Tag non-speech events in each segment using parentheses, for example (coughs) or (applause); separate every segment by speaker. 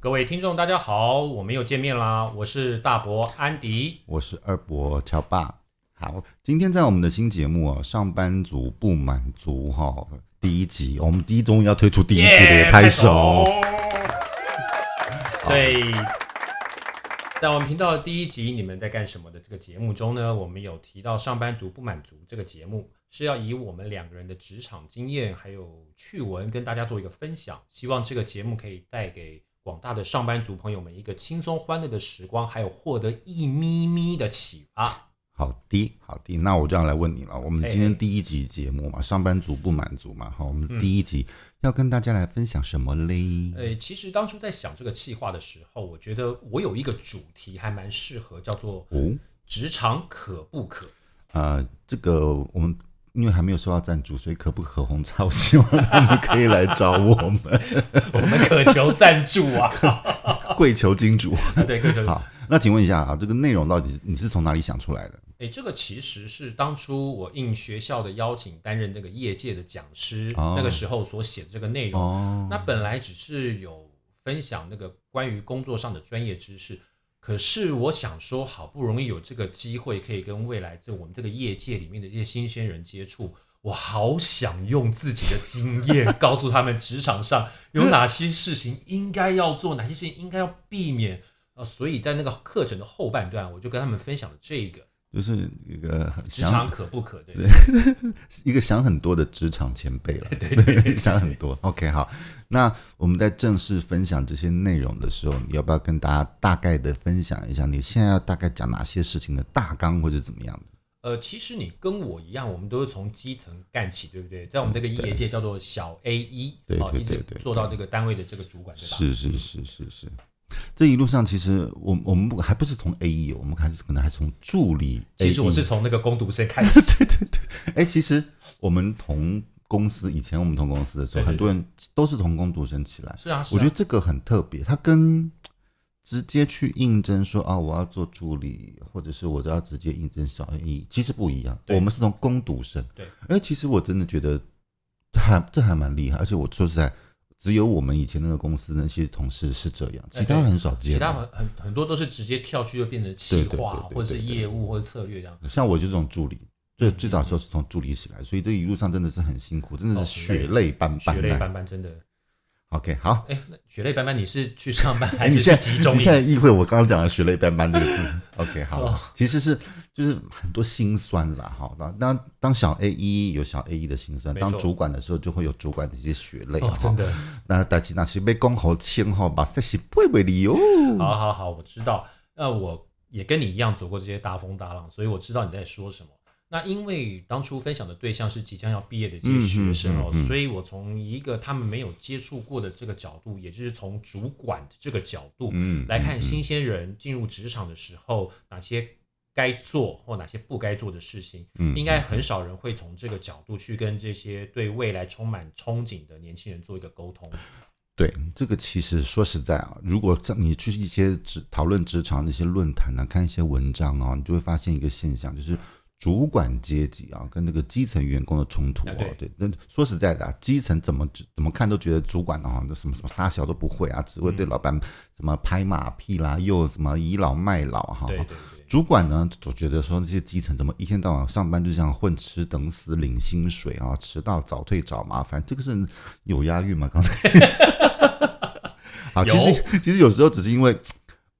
Speaker 1: 各位听众，大家好，我们又见面啦！我是大伯安迪。
Speaker 2: 我是二伯乔爸。好，今天在我们的新节目哦，上班族不满足哈、第一集，我们第一终于要推出第一集了，
Speaker 1: 耶
Speaker 2: 拍手。！
Speaker 1: 对，在我们频道的第一集《你们在干什么》的这个节目中呢，我们有提到上班族不满足这个节目是要以我们两个人的职场经验还有趣闻跟大家做一个分享，希望这个节目可以带给广大的上班族朋友们一个轻松欢乐的时光，还有获得一咪咪的启发。
Speaker 2: 好的，好的，那我就要来问你了。我们今
Speaker 1: 嘿
Speaker 2: 天
Speaker 1: 嘿
Speaker 2: 第一集节目嘛，上班族不满足嘛，好，我们
Speaker 1: 嗯
Speaker 2: 第一集要跟大家来分享什么嘞？
Speaker 1: 呃，其实当初在想这个企划的时候，我觉得我有一个主题还蛮适合，叫做
Speaker 2: 哦，
Speaker 1: 职场可不可？
Speaker 2: 呃，这个我们因为还没有收到赞助，所以可不可红茶，我希望他们可以来找我们，
Speaker 1: 我们渴求赞助
Speaker 2: (laughs)
Speaker 1: 啊！
Speaker 2: 跪求金主。
Speaker 1: 对，渴求。
Speaker 2: 好，那请问一下啊，这个内容到底是你是从哪里想出来的？
Speaker 1: 哎，这个其实是当初我应学校的邀请担任那个业界的讲师，
Speaker 2: 哦
Speaker 1: 那个时候所写的这个内容。
Speaker 2: 哦，
Speaker 1: 那本来只是有分享那个关于工作上的专业知识，可是我想说，好不容易有这个机会可以跟未来这我们这个业界里面的这些新鲜人接触，我好想用自己的经 (laughs) 验告诉他们职场上有哪些事情应该要做，哪些事情应该要避免。呃，所以在那个课程的后半段，我就跟他们分享了这个
Speaker 2: 就是一个
Speaker 1: 职场
Speaker 2: 想
Speaker 1: 可不可对。
Speaker 2: 一个想很多的职场前辈了， (laughs)
Speaker 1: 对对对对
Speaker 2: 想很多。OK，好，那我们在正式分享这些内容的时候，你要不要跟大家大概的分享一下，你现在要大概讲哪些事情的大纲或者怎么样的？
Speaker 1: 呃，其实你跟我一样，我们都是从基层干起，对不对？在我们这个业界叫做小 A 一，
Speaker 2: 对
Speaker 1: 哦
Speaker 2: 对
Speaker 1: 一直
Speaker 2: 对对
Speaker 1: 做到这个单位的这个主管，对吧？
Speaker 2: 是是是是是，这一路上其实我我们不还不是从 A E，我们还是可能还从助理 AE。
Speaker 1: 其实我是从那个攻读生
Speaker 2: (laughs)
Speaker 1: 开始，
Speaker 2: 哎，其实我们同公司，以前我们同公司的时候，
Speaker 1: 对对
Speaker 2: 很多人都是从工读生起来。
Speaker 1: 是啊，是啊
Speaker 2: 我觉得这个很特别，它跟直接去应征说啊，我要做助理，或者是我要直接应征小 A，其 E，实不一样。
Speaker 1: 对
Speaker 2: 我们是从攻读生。
Speaker 1: 对。
Speaker 2: 哎，其实我真的觉得这还这还蛮厉害，而且我说实在，只有我们以前那个公司那些同事是这样，
Speaker 1: 哎
Speaker 2: 其他
Speaker 1: 对
Speaker 2: 很少见。
Speaker 1: 其他很很很多都是直接跳去就变成企
Speaker 2: 对对
Speaker 1: 划
Speaker 2: 对对对
Speaker 1: 或者是
Speaker 2: 对
Speaker 1: 业务或者策略这样。
Speaker 2: 像我就这种助
Speaker 1: 嗯
Speaker 2: 理，最最早的时候是从助理起来，所以这一路上真的是很辛苦，真的
Speaker 1: 哦
Speaker 2: 是血泪斑
Speaker 1: 血
Speaker 2: 斑
Speaker 1: 泪
Speaker 2: 啊。
Speaker 1: 斑斑，真的，
Speaker 2: OK，好，
Speaker 1: 哎，那血泪斑斑，你是去上班还
Speaker 2: 哎你
Speaker 1: 是
Speaker 2: 现
Speaker 1: 去
Speaker 2: 在
Speaker 1: 集中
Speaker 2: 你现在
Speaker 1: 营？
Speaker 2: 意会我刚刚讲的“血泪斑斑”这
Speaker 1: (laughs)
Speaker 2: 个字，OK，
Speaker 1: 哦
Speaker 2: 好，其实是就是很多心酸啦，哈。那当当小 A 一有小 A 一的心酸，
Speaker 1: 没错
Speaker 2: 当主管的时候就会有主管的一些血泪，
Speaker 1: 哦，真
Speaker 2: 哈。
Speaker 1: 的，
Speaker 2: 那但是那是被公侯签哈，把这些背背理由。
Speaker 1: 好好好，我知道。那我也跟你一样走过这些大风大浪，所以我知道你在说什么。那因为当初分享的对象是即将要毕业的这些学生哦，
Speaker 2: 嗯嗯嗯嗯
Speaker 1: 所以我从一个他们没有接触过的这个角度，也就是从主管的这个角度
Speaker 2: 嗯
Speaker 1: 来看
Speaker 2: 嗯
Speaker 1: 新鲜人进入职场的时候，哪些该做或哪些不该做的事情，
Speaker 2: 嗯
Speaker 1: 应该很少人会从这个角度去跟这些对未来充满憧憬的年轻人做一个沟
Speaker 2: 嗯
Speaker 1: 通。
Speaker 2: 对，这个其实说实在啊，如果像你去一些职讨论职场那些论坛呢、看一些文章啊，你就会发现一个现象，就是主管阶级啊跟那个基层员工的冲突
Speaker 1: 啊
Speaker 2: 哦、
Speaker 1: 对
Speaker 2: 对，那说实在的啊，基层怎么怎么看都觉得主管啊，那什么什么啥小都不会啊，只会对
Speaker 1: 嗯
Speaker 2: 老板什么拍马屁啦，又什么倚老卖老啊哈、
Speaker 1: 对对对。
Speaker 2: 主管呢，总觉得说那些基层怎么一天到晚上班就这样混吃等死领薪水啊，迟到早退找麻烦，这个是有押韵吗？刚才，好，其实其实有时候只是因为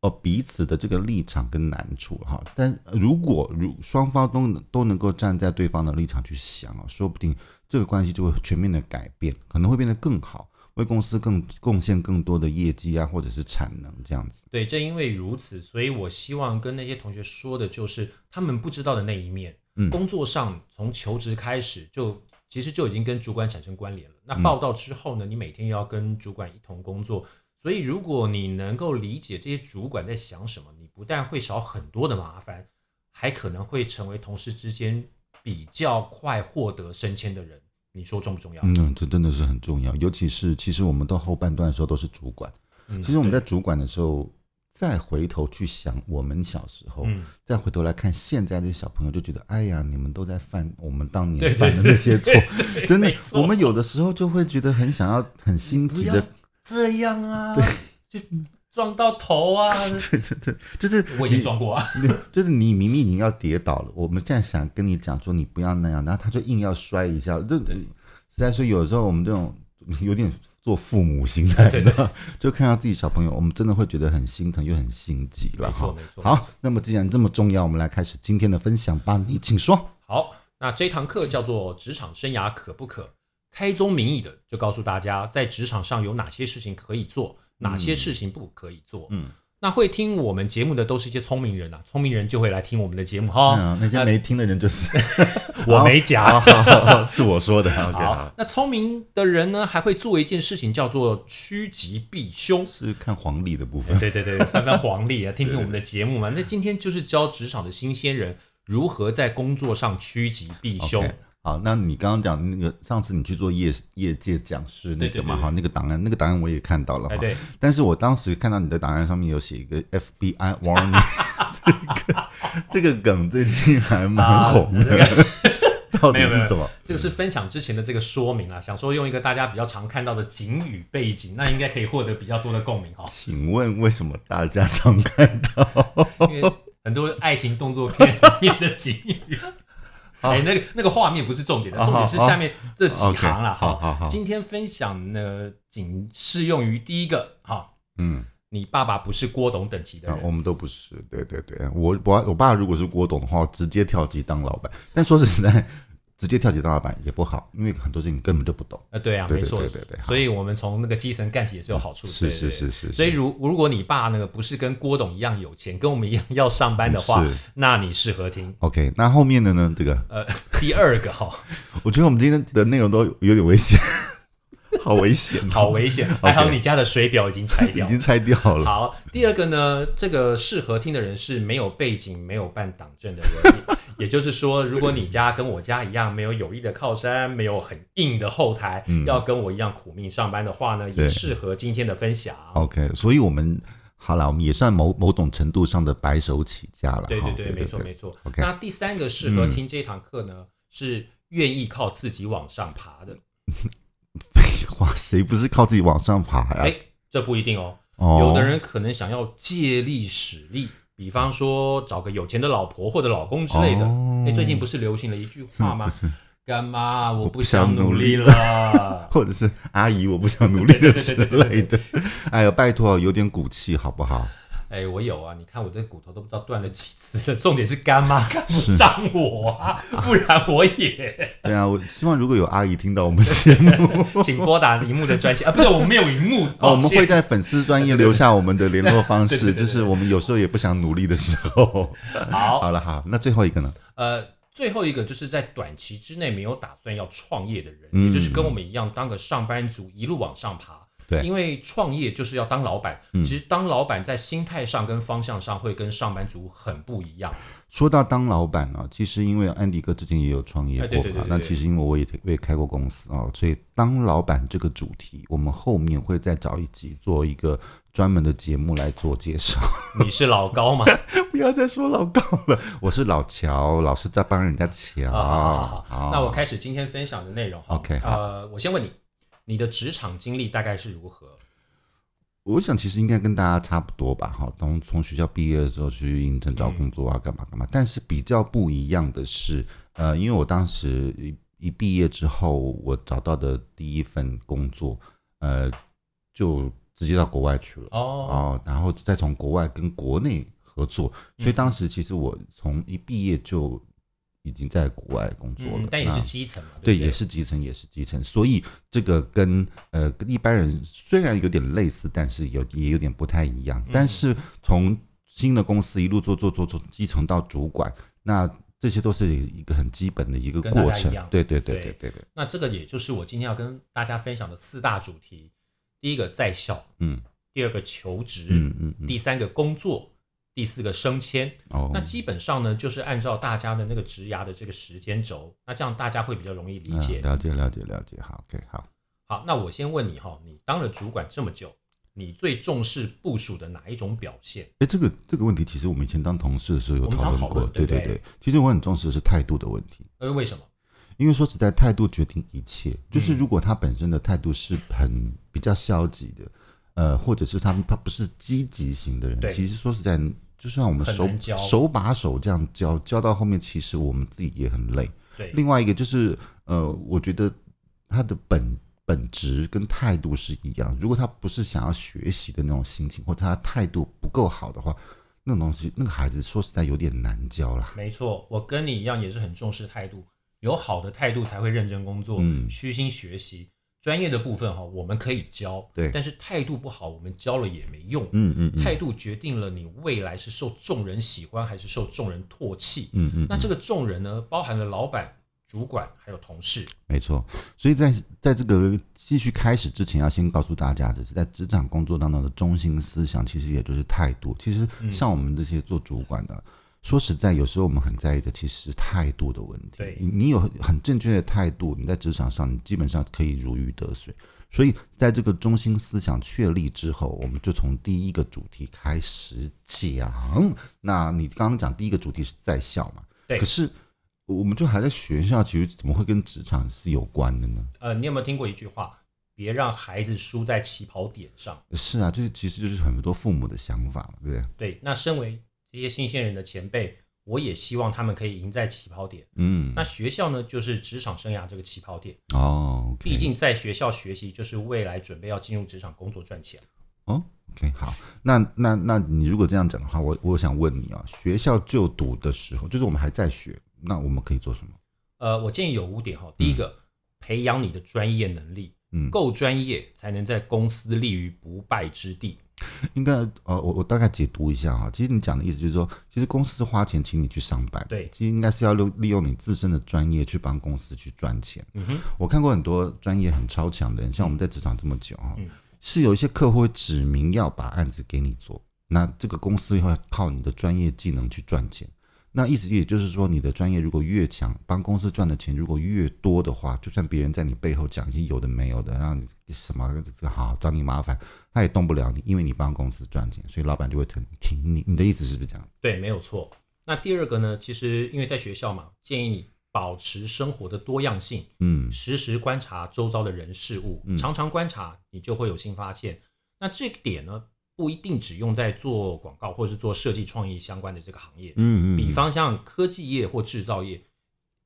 Speaker 2: 哦彼此的这个立场跟难处哈，但如果如双方都都能够站在对方的立场去想啊，说不定这个关系就会全面的改变，可能会变得更好，为公司更贡献更多的业绩啊，或者是产能这样子。
Speaker 1: 对，正因为如此，所以我希望跟那些同学说的就是他们不知道的那一面。
Speaker 2: 嗯
Speaker 1: 工作上从求职开始就其实就已经跟主管产生关联了。
Speaker 2: 嗯
Speaker 1: 那报道之后呢，你每天也要跟主管一同工作，所以如果你能够理解这些主管在想什么，你不但会少很多的麻烦，还可能会成为同事之间比较快获得升迁的人。你说重不重要？
Speaker 2: 嗯，这真的是很重要，尤其是其实我们到后半段的时候都是主管，
Speaker 1: 嗯
Speaker 2: 其实我们在
Speaker 1: 对
Speaker 2: 主管的时候，再回头去想我们小时候，
Speaker 1: 嗯，
Speaker 2: 再回头来看现在的小朋友，就觉得哎呀，你们都在犯我们当
Speaker 1: 对
Speaker 2: 年
Speaker 1: 对
Speaker 2: 犯的那些错，
Speaker 1: 对
Speaker 2: (laughs) (laughs) 真的
Speaker 1: 没，错
Speaker 2: 我们有的时候就会觉得很想要很心
Speaker 1: 不
Speaker 2: 急
Speaker 1: 要
Speaker 2: 的，
Speaker 1: 这样啊，就撞到头
Speaker 2: (laughs)
Speaker 1: 啊，
Speaker 2: 对对对，就是
Speaker 1: 我也撞过啊，
Speaker 2: 你，就是你明明已经要跌倒了，我们现在想跟你讲说你不要那样，然后他就硬要摔一下，这
Speaker 1: 对
Speaker 2: 实在说有时候我们这种有点做父母心态
Speaker 1: 对对
Speaker 2: 的，就看到自己小朋友，我们真的会觉得很心疼又很心急了
Speaker 1: 没错
Speaker 2: 哈。
Speaker 1: 没错。
Speaker 2: 好，那么既然这么重要，我们来开始今天的分享吧。你请说。
Speaker 1: 好，那这一堂课叫做《职场生涯可不可》，开宗明义的就告诉大家，在职场上有哪些事情可以做，哪些事情不可以做。
Speaker 2: 嗯，
Speaker 1: 那会听我们节目的都是一些聪明人啊，聪明人就会来听我们的节目哈。
Speaker 2: 嗯，那些没听的人
Speaker 1: (laughs)
Speaker 2: 就是
Speaker 1: 我没讲。
Speaker 2: 好好好好是我说的。OK，
Speaker 1: 好
Speaker 2: 好，
Speaker 1: 那聪明的人呢，还会做一件事情，叫做趋吉避凶。
Speaker 2: 是看黄历的部
Speaker 1: (laughs)
Speaker 2: 分。
Speaker 1: 对对对，翻翻黄历啊，听听我们的节 (laughs) 目嘛。那今天就是教职场的新鲜人如何在工作上趋吉避凶。
Speaker 2: OK，好，那你刚刚讲那个，上次你去做业业界讲师那
Speaker 1: 对对
Speaker 2: 个嘛，
Speaker 1: 对对
Speaker 2: 哈，那个档案，那个档案我也看到了，哈
Speaker 1: 哎，。对，
Speaker 2: 但是我当时看到你的档案上面有写一个 FBI
Speaker 1: (laughs)
Speaker 2: warning，这个这个梗最近还蛮
Speaker 1: 啊
Speaker 2: 红的， (laughs) 到底是什么？
Speaker 1: 这个是分享之前的这个说明啊，想说用一个大家比较常看到的景语背景，那应该可以获得比较多的共鸣 (laughs) 哈、
Speaker 2: 请问为什么大家常看到？
Speaker 1: 因为很多爱情动作片里面的景 (laughs) 语，
Speaker 2: 好
Speaker 1: 哎，那个那个画面不是重点的，
Speaker 2: 哦
Speaker 1: 重点是下面这几
Speaker 2: OK，
Speaker 1: 行啦。
Speaker 2: 好好好
Speaker 1: 今天分享呢，仅适用于第一个哈，
Speaker 2: 嗯，
Speaker 1: 你爸爸不是郭董等级的
Speaker 2: 啊
Speaker 1: 人，
Speaker 2: 我们都不是，对对对，我我我爸如果是郭董的话，我直接跳级当老板。但说实在，直接跳级当老板也不好，因为很多事情根本就不懂。
Speaker 1: 呃，对啊，
Speaker 2: 对
Speaker 1: 没
Speaker 2: 对
Speaker 1: 错
Speaker 2: 对，对对，
Speaker 1: 所以我们从那个基层干起也是有好处的，
Speaker 2: 是
Speaker 1: 对
Speaker 2: 是。
Speaker 1: 对
Speaker 2: 是
Speaker 1: 对
Speaker 2: 是，
Speaker 1: 所以如如果你爸那个不是跟郭董一样有钱，跟我们一样要上班的话
Speaker 2: 是，
Speaker 1: 那你适合听。
Speaker 2: OK，那后面的呢？这个
Speaker 1: 呃， (laughs) 第二个
Speaker 2: (laughs)
Speaker 1: 哈，
Speaker 2: 我觉得我们今天的内容都有点
Speaker 1: (laughs)
Speaker 2: 危险，好危险哦，
Speaker 1: 好危险，
Speaker 2: (laughs)
Speaker 1: 还好你家的水表已经拆
Speaker 2: 已
Speaker 1: 掉。
Speaker 2: 经拆掉了。
Speaker 1: 好，第二个呢，这个适合听的人是没有背景、没有办党证的人， (laughs) 也就是说，如果你家跟我家一样没有友谊的靠山，没有很硬的后台，
Speaker 2: 嗯
Speaker 1: 要跟我一样苦命上班的话呢，
Speaker 2: 对
Speaker 1: 也适合今天的分享。
Speaker 2: OK，所以我们好了，我们也算某某种程度上的白手起家了哈。
Speaker 1: 对对对，
Speaker 2: 对，
Speaker 1: 没错没错。
Speaker 2: OK 嗯
Speaker 1: 那第三个适合听这一堂课呢，是愿意靠自己往上爬的。
Speaker 2: 废话，谁不是靠自己往上爬呀、
Speaker 1: 哎，这不一定哦。
Speaker 2: 嗯哦，
Speaker 1: 有的人可能想要借力使力，比方说找个有钱的老婆或者老公之类的。哎、
Speaker 2: 哦嗯
Speaker 1: 最近不是流行了一句话吗？干妈，我不
Speaker 2: 不想
Speaker 1: 想
Speaker 2: 努
Speaker 1: 努
Speaker 2: 力。
Speaker 1: 力了 (laughs)
Speaker 2: 或者是阿姨，我不想努力
Speaker 1: 对
Speaker 2: 的
Speaker 1: 对
Speaker 2: 之
Speaker 1: 对对对
Speaker 2: 类的。哎呀，拜托，有点骨气好不好？
Speaker 1: 哎，我有啊，你看我这骨头都不知道断了几次了。重点是干妈
Speaker 2: (laughs)
Speaker 1: 看不上我啊，不然我
Speaker 2: (laughs)
Speaker 1: 也。
Speaker 2: 对啊，我希望如果有阿姨听到我们节目，
Speaker 1: 请拨打荧幕的专线啊，不是我们没有荧幕，
Speaker 2: 哦，我
Speaker 1: 抱
Speaker 2: 们
Speaker 1: 歉
Speaker 2: 会在粉丝专业留下我们的联络方
Speaker 1: 对对
Speaker 2: 式，
Speaker 1: 对对
Speaker 2: 就是我们有时候也不想努力的时候。
Speaker 1: (laughs) 好
Speaker 2: (laughs) 好了，好，那最后一个呢？
Speaker 1: 呃，最后一个就是在短期之内没有打算要创业的人，
Speaker 2: 嗯
Speaker 1: 也就是跟我们一样当个上班族，一路往上爬。
Speaker 2: 对嗯
Speaker 1: 因为创业就是要当老板，其实当老板在心态上跟方向上会跟上班族很不一样。
Speaker 2: 说到当老板呢、其实因为安迪哥之前也有创业
Speaker 1: 哎
Speaker 2: 过
Speaker 1: 对对
Speaker 2: 嘛
Speaker 1: 对，对
Speaker 2: 那
Speaker 1: 对
Speaker 2: 其实因为我也我也开过公司哦，所以当老板这个主题，我们后面会再找一集做一个专门的节目来做介
Speaker 1: (laughs)
Speaker 2: 绍。
Speaker 1: 你是老高
Speaker 2: (laughs)
Speaker 1: 嘛？
Speaker 2: 不要再说老高了， (laughs) 我是老乔，老是在帮人家
Speaker 1: 啊
Speaker 2: 瞧。
Speaker 1: 好好好
Speaker 2: 好
Speaker 1: 好，那我开始今天分享的内容哈。
Speaker 2: 啊 OK，好
Speaker 1: 呃，我先问你，你的职场经历大概是如何？
Speaker 2: 我想其实应该跟大家差不多吧，哈，从从学校毕业的时候去应征找工作啊，干嘛干嘛。但是比较不一样的是，呃，因为我当时一一毕业之后，我找到的第一份工作，呃，就直接到国外去了，
Speaker 1: 哦，
Speaker 2: 哦，然后再从国外跟国内合作。
Speaker 1: 嗯
Speaker 2: 所以当时其实我从一毕业就已经在国外工作了
Speaker 1: 嗯，，但也是
Speaker 2: 那
Speaker 1: 基层嘛，
Speaker 2: 对，
Speaker 1: 不
Speaker 2: 也是基层，也是基层，所以这个跟呃跟一般人虽然有点类似，但是有也有点不太一样。
Speaker 1: 嗯
Speaker 2: 但是从新的公司一路做做做做，基层到主管，那这些都是一个很基本的一个
Speaker 1: 跟大家
Speaker 2: 过程
Speaker 1: 一样。
Speaker 2: 对对对对
Speaker 1: 对
Speaker 2: 对对，
Speaker 1: 那这个也就是我今天要跟大家分享的四大主题：第一个在校，
Speaker 2: 嗯
Speaker 1: 第二个求职，
Speaker 2: 嗯嗯嗯，
Speaker 1: 第三个工作，第四个升迁。
Speaker 2: 哦
Speaker 1: 那基本上呢，就是按照大家的那个职涯的这个时间轴，那这样大家会比较容易理
Speaker 2: 嗯
Speaker 1: 解。
Speaker 2: 了解了解了解，好，OK，好。
Speaker 1: 好，那我先问你哈，你当了主管这么久，你最重视部署的哪一种表现？
Speaker 2: 哎，这个这个问题，其实我们以前当同事的时候有
Speaker 1: 我们
Speaker 2: 讨
Speaker 1: 常
Speaker 2: 论
Speaker 1: 讨
Speaker 2: 过，
Speaker 1: 论
Speaker 2: 对
Speaker 1: 对不
Speaker 2: 对
Speaker 1: 对。
Speaker 2: 其实我很重视的是态度的问题。
Speaker 1: 因为为什么？
Speaker 2: 因为说实在，
Speaker 1: 嗯
Speaker 2: 态度决定一切。就是如果他本身的态度是很比较消极的，呃，或者是他们他不是积极型的人，
Speaker 1: 对
Speaker 2: 其实说实在，就算我们
Speaker 1: 很
Speaker 2: 手
Speaker 1: 难教
Speaker 2: 手把手这样教，教到后面，其实我们自己也很累。
Speaker 1: 对，
Speaker 2: 另外一个就是，呃，我觉得他的本本质跟态度是一样。如果他不是想要学习的那种心情，或者他态度不够好的话，那种东西，那个孩子说实在有点难教啦。
Speaker 1: 没错，我跟你一样也是很重视态度，有好的态度才会认真工作，
Speaker 2: 嗯
Speaker 1: 虚心学习。专业的部分哈，我们可以教，
Speaker 2: 对
Speaker 1: 但是态度不好，我们教了也没用。
Speaker 2: 嗯嗯嗯，
Speaker 1: 态度决定了你未来是受众人喜欢还是受众人唾弃。
Speaker 2: 嗯嗯，
Speaker 1: 那这个众人呢，包含了老板、主管还有同事。
Speaker 2: 没错，所以在在这个继续开始之前，要先告诉大家的是，在职场工作当中的中心思想，其实也就是态度。其实像我们这些做主管的，说实在，有时候我们很在意的其实是态度的问题。
Speaker 1: 对
Speaker 2: 你你有很正确的态度，你在职场上，你基本上可以如鱼得水。所以，在这个中心思想确立之后，我们就从第一个主题开始讲。那你刚刚讲第一个主题是在校嘛？
Speaker 1: 对
Speaker 2: 可是我们就还在学校，其实怎么会跟职场是有关的呢？
Speaker 1: 呃，你有没有听过一句话？别让孩子输在起跑点上。
Speaker 2: 是啊，就是其实就是很多父母的想法嘛，对不对？
Speaker 1: 对，那身为这些新鲜人的前辈，我也希望他们可以赢在起跑点。
Speaker 2: 嗯，
Speaker 1: 那学校呢，就是职场生涯这个起跑点。
Speaker 2: 哦，OK，
Speaker 1: 毕竟在学校学习，就是未来准备要进入职场工作赚钱。
Speaker 2: 哦，OK，好，那那那你如果这样讲的话，我我想问你啊，学校就读的时候，就是我们还在学，那我们可以做什么？
Speaker 1: 呃，我建议有五点哈，第一个，培养你的专业能力，
Speaker 2: 嗯，
Speaker 1: 够专业才能在公司立于不败之地。
Speaker 2: 应该呃，我我大概解读一下哈。其实你讲的意思就是说，其实公司花钱请你去上班，
Speaker 1: 对
Speaker 2: 其实应该是要利利用你自身的专业去帮公司去赚钱。
Speaker 1: 嗯哼，
Speaker 2: 我看过很多专业很超强的人，像我们在职场这么久哈，
Speaker 1: 嗯
Speaker 2: 是有一些客户会指明要把案子给你做，那这个公司会靠你的专业技能去赚钱。那意思也就是说，你的专业如果越强，帮公司赚的钱如果越多的话，就算别人在你背后讲一些有的没有的，让你什么这个好找你麻烦，他也动不了你，因为你帮公司赚钱，所以老板就会挺挺你。你的意思是不是这样？
Speaker 1: 对，没有错。那第二个呢，其实因为在学校嘛，建议你保持生活的多样性，
Speaker 2: 嗯
Speaker 1: 时时观察周遭的人事物，
Speaker 2: 嗯
Speaker 1: 常常观察，你就会有新发现。那这个点呢，不一定只用在做广告或者是做设计创意相关的这个行业，
Speaker 2: 嗯嗯，
Speaker 1: 比方像科技业或制造业，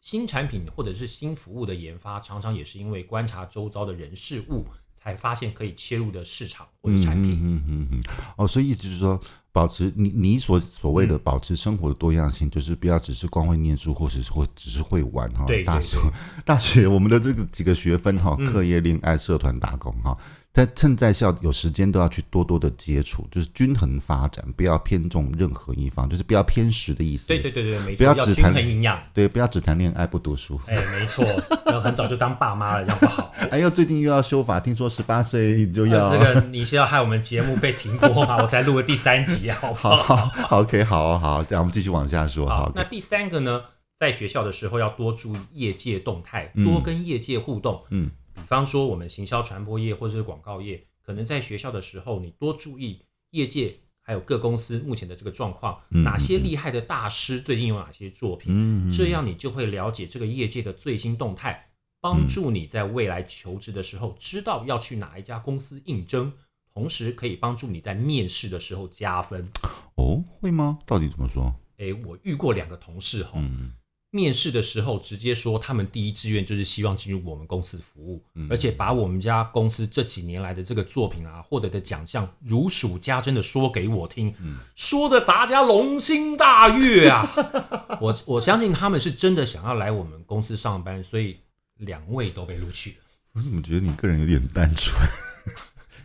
Speaker 1: 新产品或者是新服务的研发，常常也是因为观察周遭的人事物，才发现可以切入的市场或者产品。
Speaker 2: 嗯嗯嗯嗯。哦，所以意思就是说，保持你你所所
Speaker 1: 嗯
Speaker 2: 谓的保持生活的多样性，就是不要只是光会念书，或是或只是会玩哈。
Speaker 1: 对对
Speaker 2: 大学
Speaker 1: 对
Speaker 2: (laughs) 大学我们的这个几个学分哈，
Speaker 1: 嗯
Speaker 2: 课业、恋爱、社团、打工哈。在趁在校有时间都要去多多的接触，就是均衡发展，不要偏重任何一方，就是不要偏食的意思。
Speaker 1: 对对对对，没错，
Speaker 2: 不要
Speaker 1: 要
Speaker 2: 只
Speaker 1: 均
Speaker 2: 谈
Speaker 1: 衡营养。
Speaker 2: 对，不要只谈恋爱不
Speaker 1: (laughs)
Speaker 2: 读书。
Speaker 1: 哎，没错，然后很早就当爸妈了，这样不
Speaker 2: (laughs)
Speaker 1: 好。
Speaker 2: 哎呦，最近又要修法，听说十八岁就要、
Speaker 1: 呃这个你是要害我们节目被停播吗？我才录了第三集，好不
Speaker 2: (laughs) 好好好 OK，好好，这样我们继续往下说。好
Speaker 1: 好，那第三个呢，在学校的时候要多注意业界动态，
Speaker 2: 嗯
Speaker 1: 多跟业界互动。
Speaker 2: 嗯，
Speaker 1: 比方说我们行销传播业或者是广告业，可能在学校的时候，你多注意业界还有各公司目前的这个状况，
Speaker 2: 嗯
Speaker 1: 哪些厉害的大师最近有哪些作品，
Speaker 2: 嗯，嗯
Speaker 1: 这样你就会了解这个业界的最新动态。
Speaker 2: 嗯
Speaker 1: 帮助你在未来求职的时候知道要去哪一家公司应征，同时可以帮助你在面试的时候加分。
Speaker 2: 哦，会吗？到底怎么说？
Speaker 1: 诶，我遇过两个同事哈，
Speaker 2: 嗯
Speaker 1: 面试的时候直接说他们第一志愿就是希望进入我们公司服务，
Speaker 2: 嗯
Speaker 1: 而且把我们家公司这几年来的这个作品啊，获得的奖项如数家珍的说给我听，说的咱家龙心大悦啊！ (laughs) 我我相信他们是真的想要来我们公司上班，所以两位都被录取了。
Speaker 2: 我怎么觉得你个人有点单纯？ (laughs)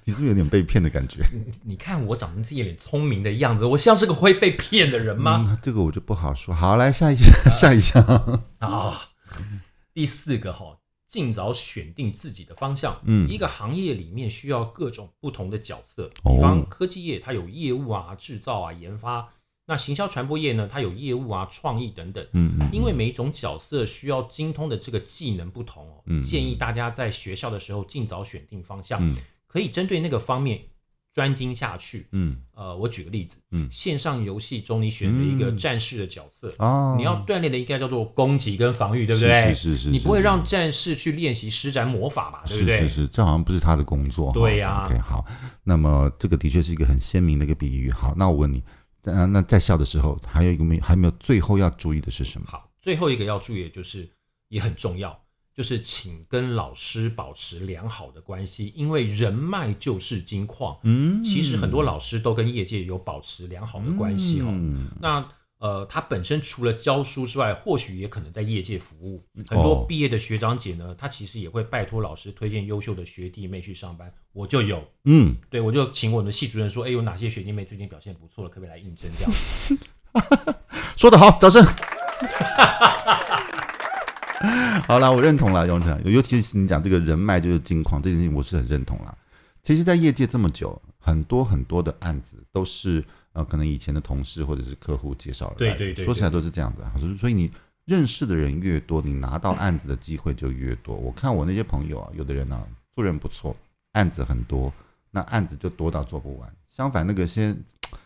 Speaker 2: 你是不是有点被骗的感觉？
Speaker 1: 你你看我长得是一脸聪明的样子，我像是个会被骗的人吗？
Speaker 2: 嗯，这个我就不好说。好，来下一项，下一项。
Speaker 1: 啊。第四个哈、尽早选定自己的方向。
Speaker 2: 嗯
Speaker 1: 一个行业里面需要各种不同的角色，
Speaker 2: 哦
Speaker 1: 比方科技业它有业务啊、制造啊、研发；那行销传播业呢，它有业务啊、创意等等。
Speaker 2: 嗯嗯，
Speaker 1: 因为每一种角色需要精通的这个技能不同哦，
Speaker 2: 嗯
Speaker 1: 建议大家在学校的时候尽早选定方向，
Speaker 2: 嗯
Speaker 1: 可以针对那个方面专精下去。
Speaker 2: 嗯
Speaker 1: 呃，我举个例子，
Speaker 2: 嗯
Speaker 1: 线上游戏中你选了一个
Speaker 2: 嗯
Speaker 1: 战士的角色，
Speaker 2: 哦，
Speaker 1: 你要锻炼的应该叫做攻击跟防御，对不对？
Speaker 2: 是是是是，
Speaker 1: 你不会
Speaker 2: 是
Speaker 1: 让战士去练习施展魔法吧？对
Speaker 2: 是
Speaker 1: 不对？
Speaker 2: 是是，这好像不是他的工作。
Speaker 1: 对呀
Speaker 2: OK，好，那么这个的确是一个很鲜明的一个比喻。好，那我问你，那那在笑的时候，还有一个没还没有最后要注意的是什么？
Speaker 1: 好，最后一个要注意的就是也很重要，就是请跟老师保持良好的关系，因为人脉就是金矿。
Speaker 2: 嗯
Speaker 1: 其实很多老师都跟业界有保持良好的关系哦。
Speaker 2: 嗯
Speaker 1: 那呃，他本身除了教书之外，或许也可能在业界服务。很
Speaker 2: 哦
Speaker 1: 多毕业的学长姐呢，他其实也会拜托老师推荐优秀的学弟妹去上班。我就有，
Speaker 2: 嗯，
Speaker 1: 对我就请我们的系主任说，哎，有哪些学弟妹最近表现不错了，可不可以来应征这
Speaker 2: (laughs)
Speaker 1: 样？
Speaker 2: 说得好，掌声。 (laughs) 好啦，我认同了，永成，尤其是你讲这个人脉就是金矿这件事情，我是很认同啦。其实，在业界这么久，很多很多的案子都是呃，可能以前的同事或者是客户介绍而来的，
Speaker 1: 对对对
Speaker 2: 说起来都是这样子啊。所以所以你认识的人越多，你拿到案子的机会就越多。我看我那些朋友啊，有的人啊，做人不错，案子很多，那案子就多到做不完。相反，那个些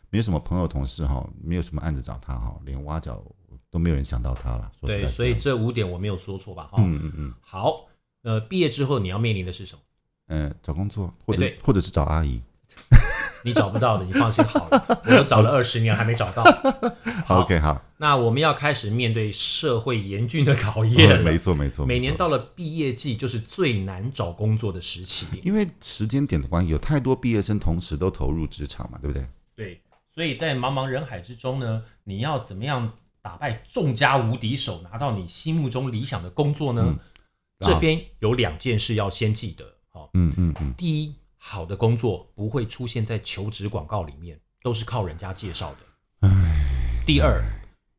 Speaker 2: 没什么朋友同事哈，没有什么案子找他哈，连挖角都没有人想到他了。说实在
Speaker 1: 对，
Speaker 2: 是
Speaker 1: 所以
Speaker 2: 这
Speaker 1: 这
Speaker 2: 样
Speaker 1: 五点我没有说错吧？哈、
Speaker 2: 嗯嗯嗯
Speaker 1: 好，呃，毕业之后你要面临的是什么？
Speaker 2: 呃，找工作或
Speaker 1: 哎
Speaker 2: 者
Speaker 1: 对
Speaker 2: 或者是找阿姨。
Speaker 1: 你找不到的，你放心好了，我都找了二十年还没找到。好
Speaker 2: OK，好，
Speaker 1: (laughs) 那我们要开始面对社会严峻的考验
Speaker 2: 嗯没
Speaker 1: 了。
Speaker 2: 错没错，
Speaker 1: 每
Speaker 2: 没
Speaker 1: 年
Speaker 2: 错
Speaker 1: 到了毕业季，就是最难找工作的时期。
Speaker 2: 因为时间点的关系，有太多毕业生同时都投入职场嘛，对不对？
Speaker 1: 对，所以在茫茫人海之中呢，你要怎么样打败众家无敌手，拿到你心目中理想的工作呢？
Speaker 2: 嗯
Speaker 1: 这边有两件事要先记得。好、
Speaker 2: 嗯嗯嗯，
Speaker 1: 第一，好的工作不会出现在求职广告里面，都是靠人家介绍的。第二，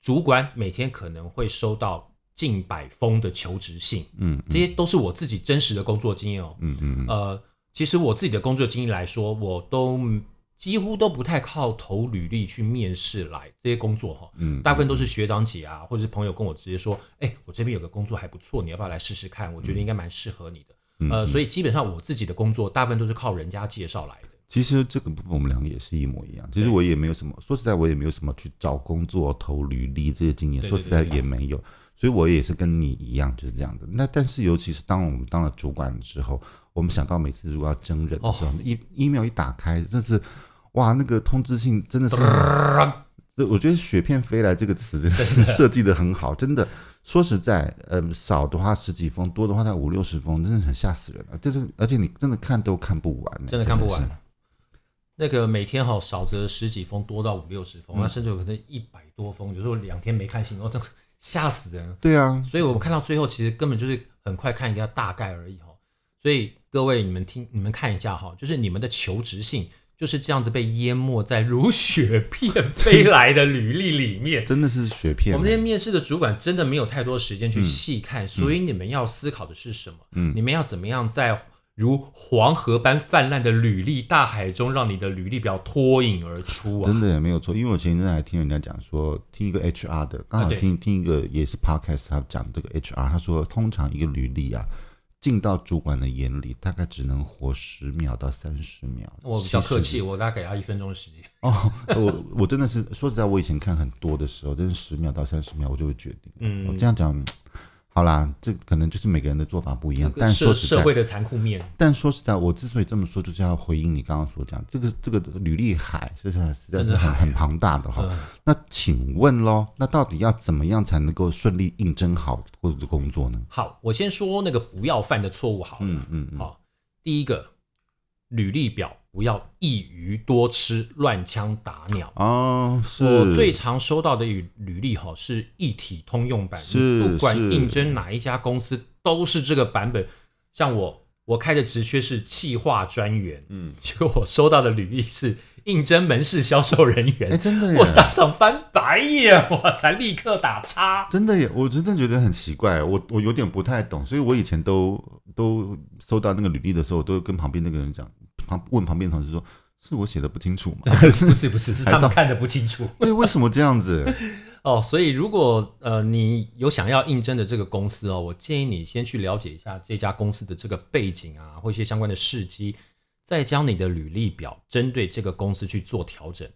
Speaker 1: 主管每天可能会收到近百封的求职信，
Speaker 2: 嗯
Speaker 1: 这些都是我自己真实的工作经验哦。
Speaker 2: 嗯嗯嗯，
Speaker 1: 呃，其实我自己的工作经历来说，我都几乎都不太靠投履历去面试来这些工作哈、
Speaker 2: 嗯
Speaker 1: 大部分都是学长姐啊，或者是朋友跟我直接说，哎、我这边有个工作还不错，你要不要来试试看？我觉得应该蛮适合你的。呃，所以基本上我自己的工作大部分都是靠人家介绍来的。
Speaker 2: 其实这个部分我们两个也是一模一样。其实
Speaker 1: 对
Speaker 2: 我也没有什么，说实在我也没有什么去找工作、投履历这些经验，
Speaker 1: 对对
Speaker 2: 说实在
Speaker 1: 对对
Speaker 2: 也没有。所以我也是跟你一样，就是这样的。那但是尤其是当我们当了主管之后，我们想到每次如果要征人
Speaker 1: 哦
Speaker 2: 的时候，一 email 一打开，真是哇，那个通知信真的
Speaker 1: (laughs)
Speaker 2: 是。这我觉得“雪片飞来”这个词真的是设计的很好，真的。说实在，嗯，少的话十几封，多的话才五六十封，真的很吓死人了。就是，而且你真的看都看不完呢，欸
Speaker 1: 真的看不
Speaker 2: 是
Speaker 1: 完。那个每天哈、少则十几封，多到五六十封，那、甚至有可能一百多封，有时候两天没看信，哦，这个吓死人。
Speaker 2: 对啊，
Speaker 1: 所以我们看到最后，其实根本就是很快看一个大概而已哈、所以各位，你们听，你们看一下哈、就是你们的求职信就是这样子被淹没在如雪片飞来的履历里
Speaker 2: (laughs)
Speaker 1: 面。
Speaker 2: 真的是雪片。啊
Speaker 1: 我们这些面试的主管真的没有太多时间去细看，所以你们要思考的是什么？
Speaker 2: 嗯
Speaker 1: 你们要怎么样在如黄河般泛滥的履历大海中，让你的履历表脱颖而出啊
Speaker 2: 真？的也没有错，因为我前一阵还听人家讲说，听一个 HR 的，刚
Speaker 1: 啊
Speaker 2: 好
Speaker 1: 对
Speaker 2: 听、听一个也是 podcast，他讲这个 HR，他说通常一个履历啊，进到主管的眼里，大概只能活十秒到三十秒。
Speaker 1: 我比较
Speaker 2: 其实
Speaker 1: 客气，我大概给他一分钟的时间。
Speaker 2: 哦，我我真的是说实在，我以前看很多的时候，真是十秒到三十秒我就会决定。哦
Speaker 1: 嗯
Speaker 2: 我这样讲，好啦，这可能就是每个人的做法不一样，但
Speaker 1: 社
Speaker 2: 说实在，
Speaker 1: 社会的残酷面，
Speaker 2: 但说实在，我之所以这么说，就是要回应你刚刚所讲，这个这个履历海是很实在
Speaker 1: 真
Speaker 2: 是
Speaker 1: 的
Speaker 2: 很
Speaker 1: 海啊
Speaker 2: 很庞大的哈。
Speaker 1: 嗯
Speaker 2: 那请问喽，那到底要怎么样才能够顺利应征好或者工作呢？
Speaker 1: 好，我先说那个不要犯的错误好了。
Speaker 2: 嗯嗯嗯，
Speaker 1: 好，第一个，履历表不要一鱼多吃，乱枪打鸟。
Speaker 2: 哦，是
Speaker 1: 我最常收到的履履历哈是一体通用版，
Speaker 2: 是
Speaker 1: 你不管
Speaker 2: 是
Speaker 1: 应征哪一家公司都是这个版本。像我，我开的职缺是企划专员，
Speaker 2: 嗯，
Speaker 1: 结果我收到的履历是应征门市销售人
Speaker 2: 哎，
Speaker 1: 员，
Speaker 2: 真的
Speaker 1: 嗯我
Speaker 2: 耶，
Speaker 1: 当场翻白眼，我才立刻打叉。
Speaker 2: (laughs) 真的耶，我真的觉得很奇怪，我我有点不太懂，所以我以前都都收到那个履历的时候，我都会跟旁边那个人讲，旁问旁边同事说，是我写的不清楚
Speaker 1: (laughs)
Speaker 2: 吗？
Speaker 1: 不是不是，是他们看得不清楚。
Speaker 2: 对，为什么这样子？
Speaker 1: 哦，所以如果呃你有想要应征的这个公司哦，我建议你先去了解一下这家公司的这个背景啊，或一些相关的事迹，再将你的履历表针对这个公司去做调整，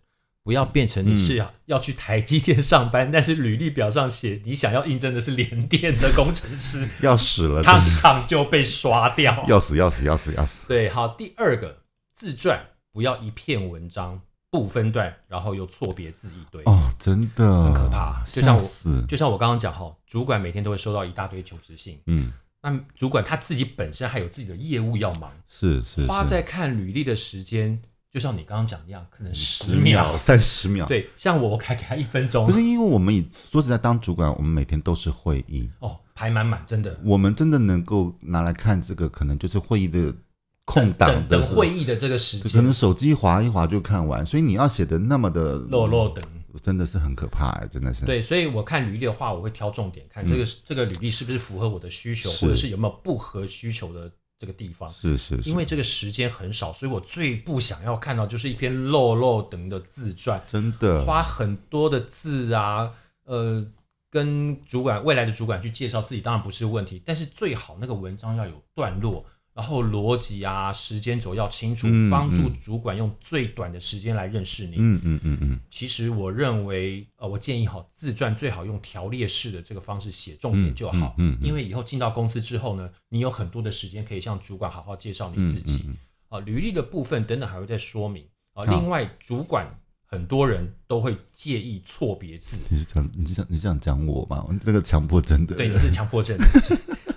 Speaker 1: 不要变成你是要要去台积电上班，但是履历表上写你想要应征的是联电的工程师，
Speaker 2: 要死了，
Speaker 1: 当
Speaker 2: 真的
Speaker 1: 场就被刷掉。
Speaker 2: 要死要死要死要死！
Speaker 1: 对，好，第二个自传不要一篇文章不分段，然后又错别字一堆。
Speaker 2: 哦，真的
Speaker 1: 很可怕就
Speaker 2: 吓
Speaker 1: 像我
Speaker 2: 死，
Speaker 1: 就像我刚刚讲哈，主管每天都会收到一大堆求职信，
Speaker 2: 嗯，
Speaker 1: 那主管他自己本身还有自己的业务要忙，
Speaker 2: 是是是
Speaker 1: 花在看履历的时间，就像你刚刚讲一样，可能十
Speaker 2: 10
Speaker 1: 秒。
Speaker 2: 三嗯十秒，，
Speaker 1: 对，像我，我还给他一分钟
Speaker 2: 不，是因为我们以说实在当主管，我们每天都是会议，
Speaker 1: 哦，排满满，真的。
Speaker 2: 我们真的能够拿来看这个，可能就是会议的空档
Speaker 1: 等
Speaker 2: 的
Speaker 1: 等
Speaker 2: 时候
Speaker 1: 会议的这个时
Speaker 2: 就可
Speaker 1: 间
Speaker 2: 能，手机划一划就看完，所以你要写的那么的
Speaker 1: 落落等。
Speaker 2: 真的是很可怕、哎，真的是。
Speaker 1: 对，所以我看履历的话，我会挑重点看这个、这个履历是不是符合我的需求，
Speaker 2: 嗯是
Speaker 1: 或者是有没有不合需求的这个地方。
Speaker 2: 是是是，
Speaker 1: 因为这个时间很少，所以我最不想要看到就是一篇漏漏等的自传，
Speaker 2: 真的
Speaker 1: 花很多的字啊，呃，跟主管未来的主管去介绍自己当然不是问题，但是最好那个文章要有段落，然后逻辑啊、时间轴要清楚
Speaker 2: 嗯，
Speaker 1: 帮助
Speaker 2: 嗯
Speaker 1: 主管用最短的时间来认识你。
Speaker 2: 嗯嗯嗯嗯
Speaker 1: 其实我认为，呃，我建议哈，自传最好用条列式的这个方式写重
Speaker 2: 嗯
Speaker 1: 点就好，
Speaker 2: 嗯嗯嗯
Speaker 1: 因为以后进到公司之后呢，你有很多的时间可以向主管好好介绍你
Speaker 2: 嗯
Speaker 1: 自己，
Speaker 2: 嗯嗯
Speaker 1: 啊，履历的部分等等还会再说明啊。
Speaker 2: 好
Speaker 1: 另外，主管很多人都会介意错别字，
Speaker 2: 你是讲你是想你是想讲我吗？这个强迫症的
Speaker 1: 对，你
Speaker 2: 人，
Speaker 1: 是强迫症。 (laughs)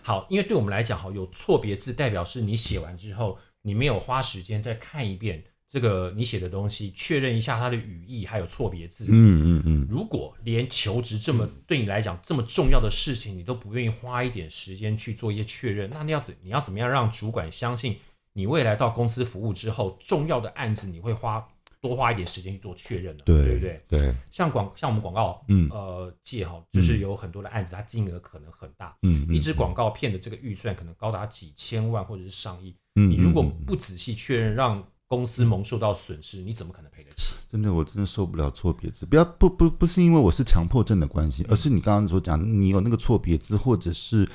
Speaker 1: 好，因为对我们来讲，哈，有错别字代表是你写完之后，你没有花时间再看一遍这个你写的东西，确认一下它的语义还有错别字。
Speaker 2: 嗯嗯嗯，
Speaker 1: 如果连求职这么对你来讲这么重要的事情，你都不愿意花一点时间去做一些确认，那你要怎你要怎么样让主管相信你未来到公司服务之后，重要的案子你会花多花一点时间去做确认呢？
Speaker 2: 对
Speaker 1: 对不对？
Speaker 2: 对，
Speaker 1: 像广像我们广告
Speaker 2: 嗯
Speaker 1: 呃界哈，就是有很多的案子，它金额可能很大，
Speaker 2: 嗯，嗯
Speaker 1: 一支广告片的这个预算可能高达几千万或者是上亿，
Speaker 2: 嗯
Speaker 1: 你如果
Speaker 2: 嗯嗯
Speaker 1: 不仔细确认，让公司蒙受到损失，你怎么可能赔得起？
Speaker 2: 真的，我真的受不了错别字。不要不不不是因为我是强迫症的关系，而是你刚刚所讲，你有那个错别字，或者是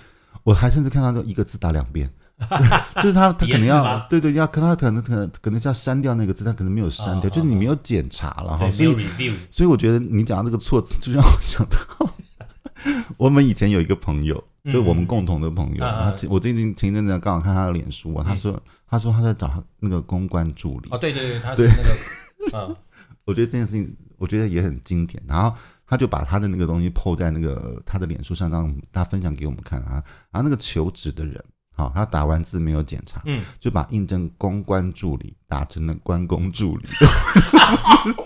Speaker 2: 我还甚至看到那一个字打两
Speaker 1: (laughs)
Speaker 2: 遍，对就是他他可
Speaker 1: 叠
Speaker 2: 能
Speaker 1: 字
Speaker 2: 要
Speaker 1: 吗
Speaker 2: 对对要，可他可能可能可能是要删掉那个字，他可能没有删
Speaker 1: 啊
Speaker 2: 掉，就是你没有检查了哈，
Speaker 1: 对，
Speaker 2: 啊所
Speaker 1: 没有
Speaker 2: 以
Speaker 1: review。
Speaker 2: 所以我觉得你讲到这个错字，就让我想到 (laughs) 我们以前有一个朋友，
Speaker 1: 嗯
Speaker 2: 就是我们共同的朋友，
Speaker 1: 嗯嗯
Speaker 2: 他前我最近前一阵子刚好看他的脸书啊，他说他说他在找他那个公关助理
Speaker 1: 哦，，对对对，他是那个，
Speaker 2: (laughs)
Speaker 1: 嗯，
Speaker 2: 我觉得这件事情，我觉得也很经典。然后他就把他的那个东西 PO 在那个他的脸书上，让他分享给我们看啊。然后那个求职的人，好、他打完字没有检查，
Speaker 1: 嗯，
Speaker 2: 就把应征公关助理打成了关公助理。 (laughs)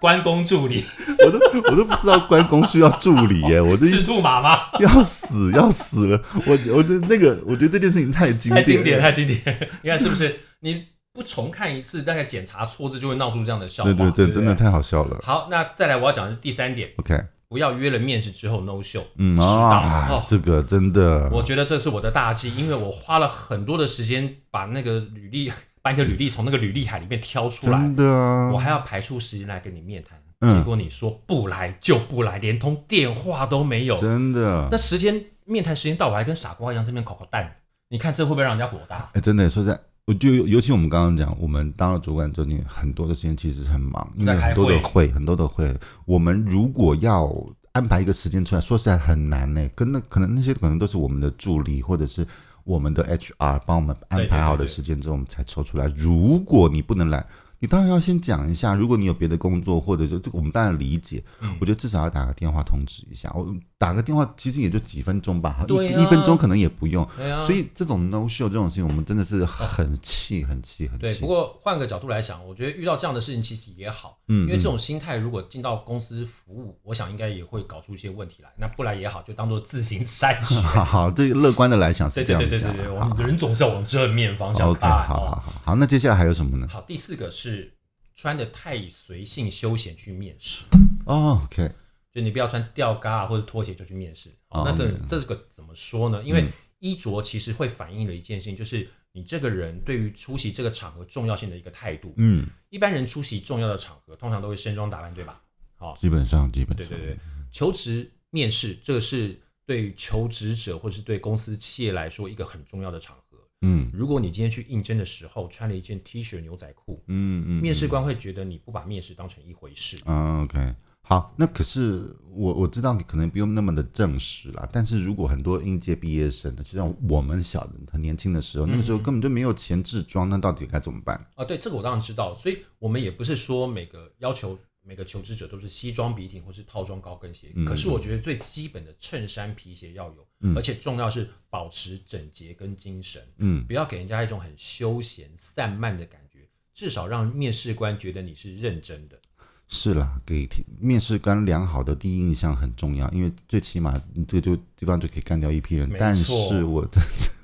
Speaker 1: 关公助理
Speaker 2: 我都我都不知道关公需要助理耶，我这
Speaker 1: 赤兔马吗？
Speaker 2: 要死要死了。我我觉得那个，我觉得这件事情太经
Speaker 1: 太经
Speaker 2: 典
Speaker 1: 典，
Speaker 2: 了。
Speaker 1: 太经典！你看是不是？你不重看一次，大概检查错字就会闹出这样的笑话。
Speaker 2: 对对
Speaker 1: 对
Speaker 2: 对，
Speaker 1: 不对，
Speaker 2: 真的太好笑了。
Speaker 1: 好。那再来，我要讲的是第三点，
Speaker 2: OK，
Speaker 1: 不要约了面试之后 no show，
Speaker 2: 嗯
Speaker 1: 迟到
Speaker 2: 啊，
Speaker 1: 哦
Speaker 2: 这个真的，
Speaker 1: 我觉得这是我的大忌，因为我花了很多的时间把那个履历，把你的履历从那个履历海里面挑出来
Speaker 2: 真，的啊
Speaker 1: 我还要排出时间来跟你面谈，
Speaker 2: 嗯
Speaker 1: 结果你说不来就不来，连通电话都没有，
Speaker 2: 真的
Speaker 1: 那。时间面谈时间到，我还跟傻瓜一样这边烤烤蛋，你看这会不会让人家火大？
Speaker 2: 哎，真的说实在，我就尤其我们刚刚讲，我们当了主管之后，你很多的时间其实很忙，因为
Speaker 1: 在开
Speaker 2: 很多的
Speaker 1: 会
Speaker 2: 会，很多的会。我们如果要安排一个时间出来，说实在很难呢、跟那可能那些可能都是我们的助理或者是我们的 HR 帮我们安排好的时间之后，我们才抽出来。如果你不能来，你当然要先讲一下。如果你有别的工作，或者就这个，我们当然理解。
Speaker 1: 嗯
Speaker 2: 我觉得至少要打个电话通知一下。我打个电话其实也就几分钟吧，
Speaker 1: 对
Speaker 2: 一
Speaker 1: 啊
Speaker 2: 一分钟可能也不用。
Speaker 1: 对啊，
Speaker 2: 所以这种 no show 这种事情，我们真的是很气、很气、很
Speaker 1: 对。
Speaker 2: 气
Speaker 1: 不。过换个角度来想，我觉得遇到这样的事情其实也好，
Speaker 2: 嗯
Speaker 1: 因为这种心态如果进到公司服务，我想应该也会搞出一些问题来。那不来也好，就当做自行筛选。 (laughs)
Speaker 2: 好好，这个乐观的来想
Speaker 1: 对
Speaker 2: 是这
Speaker 1: 对
Speaker 2: 样
Speaker 1: 对
Speaker 2: 子
Speaker 1: 对
Speaker 2: 讲
Speaker 1: 对
Speaker 2: 的。
Speaker 1: 对，我
Speaker 2: 好
Speaker 1: 们人总是要往正面方向
Speaker 2: OK，
Speaker 1: 看。
Speaker 2: 好
Speaker 1: 哦
Speaker 2: 好好好。那接下来还有什么呢？
Speaker 1: 好，第四个是穿的太随性休闲去面试，
Speaker 2: 哦，OK，
Speaker 1: 就你不要穿吊嘎啊或者拖鞋就去面试。
Speaker 2: 哦
Speaker 1: 好，那这
Speaker 2: 明白嗯
Speaker 1: 这个怎么说呢？因为衣着其实会反映了一件事情，就是你这个人对于出席这个场合重要性的一个态度。
Speaker 2: 嗯，
Speaker 1: 一般人出席重要的场合，通常都会盛装打扮，对吧？好，
Speaker 2: 基本上基本
Speaker 1: 对
Speaker 2: 上，
Speaker 1: 对对，求职面试这个是对于求职者或者是对公司企业来说一个很重要的场合，
Speaker 2: 嗯
Speaker 1: 如果你今天去应征的时候穿了一件 T 恤牛仔裤，
Speaker 2: 嗯嗯，
Speaker 1: 面试官会觉得你不把面试当成一回事。
Speaker 2: 嗯，OK，好，那可是我我知道你可能不用那么的正式啦，但是如果很多应届毕业生呢，就像我们小的很年轻的时候，那个时候根本就没有钱置装，那到底该怎么办？
Speaker 1: 啊，对，这个我当然知道，所以我们也不是说每个要求每个求职者都是西装笔挺或是套装高跟鞋，
Speaker 2: 嗯
Speaker 1: 可是我觉得最基本的衬衫皮鞋要有，
Speaker 2: 嗯
Speaker 1: 而且重要是保持整洁跟精神，
Speaker 2: 嗯
Speaker 1: 不要给人家一种很休闲散漫的感觉，至少让面试官觉得你是认真的。
Speaker 2: 是啦，给提面试官良好的第一印象很重要，因为最起码你这个就地方就可以干掉一批人
Speaker 1: 没。
Speaker 2: 但
Speaker 1: 错
Speaker 2: 是我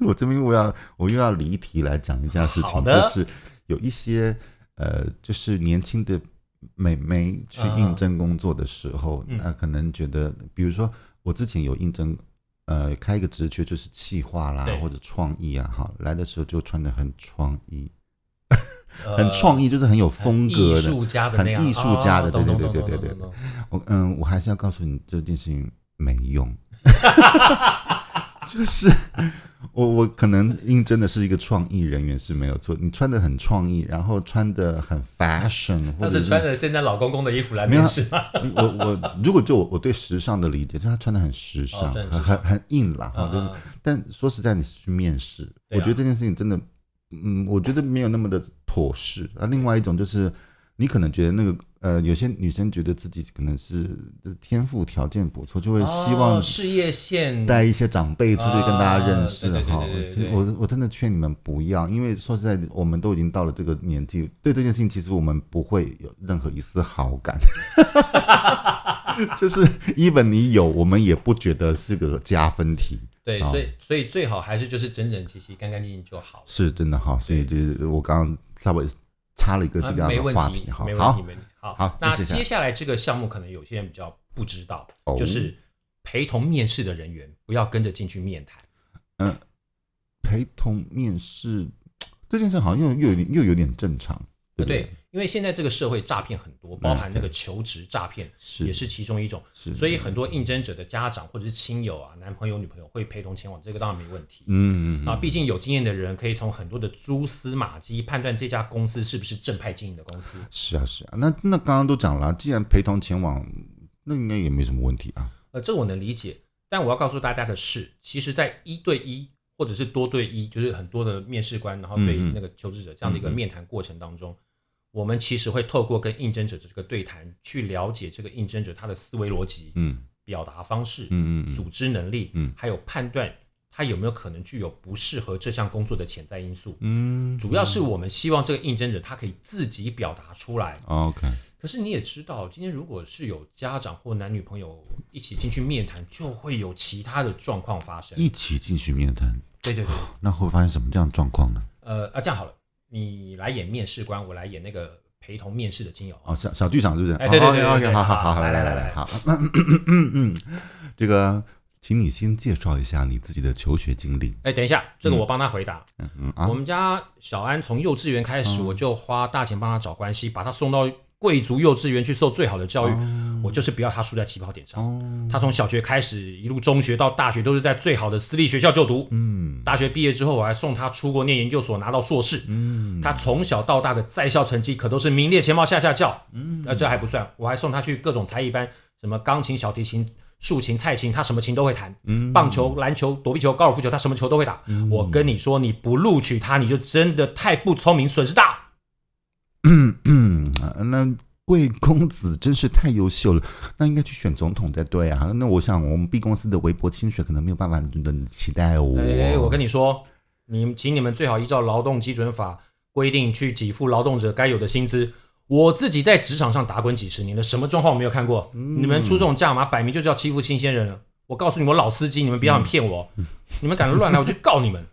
Speaker 2: 我这边我要我又要离题来讲一件事
Speaker 1: 好
Speaker 2: 情，
Speaker 1: 的
Speaker 2: 就是有一些呃，就是年轻的美眉去应征工作的时候，
Speaker 1: 嗯
Speaker 2: 那可能觉得，比如说我之前有应征。呃，开一个职缺就是企划啦
Speaker 1: 对，
Speaker 2: 或者创意啊，好，来的时候就穿的很创意，
Speaker 1: 呃
Speaker 2: 很创意，就是很有风格
Speaker 1: 艺
Speaker 2: 的，
Speaker 1: 术家的
Speaker 2: 很
Speaker 1: 那样，
Speaker 2: 艺术家的
Speaker 1: 啊懂懂
Speaker 2: 对
Speaker 1: 懂
Speaker 2: 对
Speaker 1: 懂
Speaker 2: 对对
Speaker 1: 懂懂懂
Speaker 2: 我嗯，我还是要告诉你这件事情没用， (laughs) 就是我我可能应征的是一个创意人员是没有错，你穿的很创意，然后穿的很 fashion，或
Speaker 1: 他
Speaker 2: 者
Speaker 1: 是穿
Speaker 2: 是
Speaker 1: 着现在老公公的衣服来
Speaker 2: 没有啊
Speaker 1: 面试 (laughs) 吗？
Speaker 2: 我我如果就我我对时尚的理解，就是他穿的很时尚，
Speaker 1: 哦真的
Speaker 2: 很
Speaker 1: 时尚
Speaker 2: 很很硬啦，哈、
Speaker 1: 啊
Speaker 2: 就是但说实在，你是去面试，
Speaker 1: 对啊
Speaker 2: 我觉得这件事情真的，嗯，我觉得没有那么的妥适。那、另外一种就是，你可能觉得那个呃，有些女生觉得自己可能是呃天赋条件不错，就会希望
Speaker 1: 哦事业线
Speaker 2: 带一些长辈出去跟大家认识
Speaker 1: 啊对对
Speaker 2: 哈
Speaker 1: 对对。
Speaker 2: 其实
Speaker 1: 对
Speaker 2: 我我真的劝你们不要，因为说实在，我们都已经到了这个年纪，对这件事情其实我们不会有任何一丝好
Speaker 1: (laughs)
Speaker 2: 感。就是，even 你有，我们也不觉得是个加分题。
Speaker 1: 对，
Speaker 2: 啊
Speaker 1: 所以所以最好还是就是整整齐齐、干干净净就好了。
Speaker 2: 是真的哈，所以
Speaker 1: 对
Speaker 2: 就是我刚刚稍微插了一个
Speaker 1: 啊
Speaker 2: 这个样
Speaker 1: 没
Speaker 2: 的
Speaker 1: 问
Speaker 2: 话
Speaker 1: 题，
Speaker 2: 哈
Speaker 1: 没，问题，
Speaker 2: 好，
Speaker 1: 没问题。好，
Speaker 2: 好
Speaker 1: 那
Speaker 2: 那接下来
Speaker 1: 接下来这个项目可能有些人比较不知道，
Speaker 2: 哦
Speaker 1: 就是陪同面试的人员不要跟着进去面谈。
Speaker 2: 陪同面试这件事好像又又有点又有点正常，对不
Speaker 1: 对？，因为现在这个社会诈骗很多，包含那个求职诈骗
Speaker 2: 是
Speaker 1: 也是其中一种，
Speaker 2: 是
Speaker 1: 所以很多应征者的家长或者是亲友啊，男朋友、女朋友会陪同前往，这个当然没问题。
Speaker 2: 嗯嗯嗯
Speaker 1: 啊，毕竟有经验的人可以从很多的蛛丝马迹判断这家公司是不是正派经营的公司。
Speaker 2: 是啊是啊，那那刚刚都讲了，既然陪同前往，那应该也没什么问题啊。
Speaker 1: 呃，这我能理解，但我要告诉大家的是，其实，在一对一或者是多对一，就是很多的面试官，然后对
Speaker 2: 嗯嗯
Speaker 1: 那个求职者这样的一个面谈过程当中，我们其实会透过跟应征者的这个对谈，去了解这个应征者他的思维逻辑、
Speaker 2: 嗯
Speaker 1: 表达方式、
Speaker 2: 嗯嗯嗯
Speaker 1: 组织能力，
Speaker 2: 嗯
Speaker 1: 还有判断他有没有可能具有不适合这项工作的潜在因素。
Speaker 2: 嗯，
Speaker 1: 主要是我们希望这个应征者他可以自己表达出来，
Speaker 2: OK，
Speaker 1: 可是你也知道，今天如果是有家长或男女朋友一起进去面谈，就会有其他的状况发生。
Speaker 2: 一起进去面谈，
Speaker 1: 对对对，
Speaker 2: 那会发生什么这样的状况呢？
Speaker 1: 呃啊，这样好了，你来演面试官，我来演那个陪同面试的亲友
Speaker 2: 哦，小小剧场是不是？
Speaker 1: 哎对对对对对
Speaker 2: ，OK，好好好，
Speaker 1: 好
Speaker 2: 来
Speaker 1: 来
Speaker 2: 来
Speaker 1: 来来
Speaker 2: 好，那嗯嗯嗯嗯， (coughs) 这个，请你先介绍一下你自己的求学经历。
Speaker 1: 哎，等一下，这个我帮他回答。
Speaker 2: 嗯嗯啊嗯
Speaker 1: 我，们家小安从幼稚园开始，我就花大钱帮他找关系，把他送到贵族幼稚园去受最好的教育。我就是不要他输在起跑点上。
Speaker 2: 哦，
Speaker 1: 他从小学开始，一路中学到大学，都是在最好的私立学校就读。
Speaker 2: 嗯
Speaker 1: 大学毕业之后，我还送他出国念研究所，拿到硕士。
Speaker 2: 嗯，
Speaker 1: 他从小到大的在校成绩可都是名列前茅下下叫，嗯，呃，这还不算，我还送他去各种才艺班，什么钢琴、小提琴、竖琴、蔡琴，他什么琴都会弹，
Speaker 2: 嗯
Speaker 1: 棒球、篮球、躲避球、高尔夫球，他什么球都会打。我跟你说，你不录取他，你就真的太不聪明，损失大。
Speaker 2: 嗯，啊那贵公子真是太优秀了，那应该去选总统才对啊。那我想我们 B 公司的微薄薪水可能没有办法等期待哦我。
Speaker 1: 哎，我跟你说，你们请你们最好依照劳动基准法规定去给付劳动者该有的薪资。我自己在职场上打滚几十年了，什么状况我没有看过？你们出这种价码，摆明就是要欺负新鲜人了。我告诉你，我老司机，你们不要想骗我，你们敢乱来，我就告你们。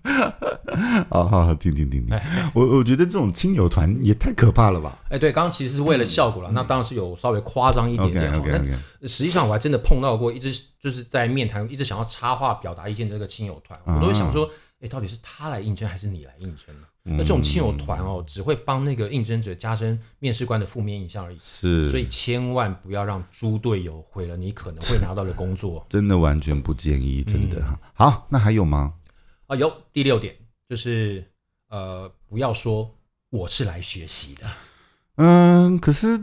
Speaker 2: 好哦好好，停停停
Speaker 1: 哎
Speaker 2: 停，我我觉得这种亲友团也太可怕了吧。
Speaker 1: (laughs) 哎，对，刚刚其实是为了效果了，那当然是有稍微夸张一点
Speaker 2: OK
Speaker 1: 点哦。
Speaker 2: OK
Speaker 1: 但
Speaker 2: OK，
Speaker 1: 实际上我还真的碰到过一直就是在面谈一直想要插话表达意见的这个亲友团，我都会想说，哎、到底是他来应征还是你来应征呢？那
Speaker 2: 嗯
Speaker 1: 这种亲友团哦，只会帮那个应征者加深面试官的负面印象而已。
Speaker 2: 是，
Speaker 1: 所以千万不要让猪队友毁了你可能会拿到的工作 (laughs)
Speaker 2: 嗯真的完全不建议，真的哈。好，那还有吗？
Speaker 1: 啊！有第六点，就是呃，不要说我是来学习的，
Speaker 2: 嗯，可是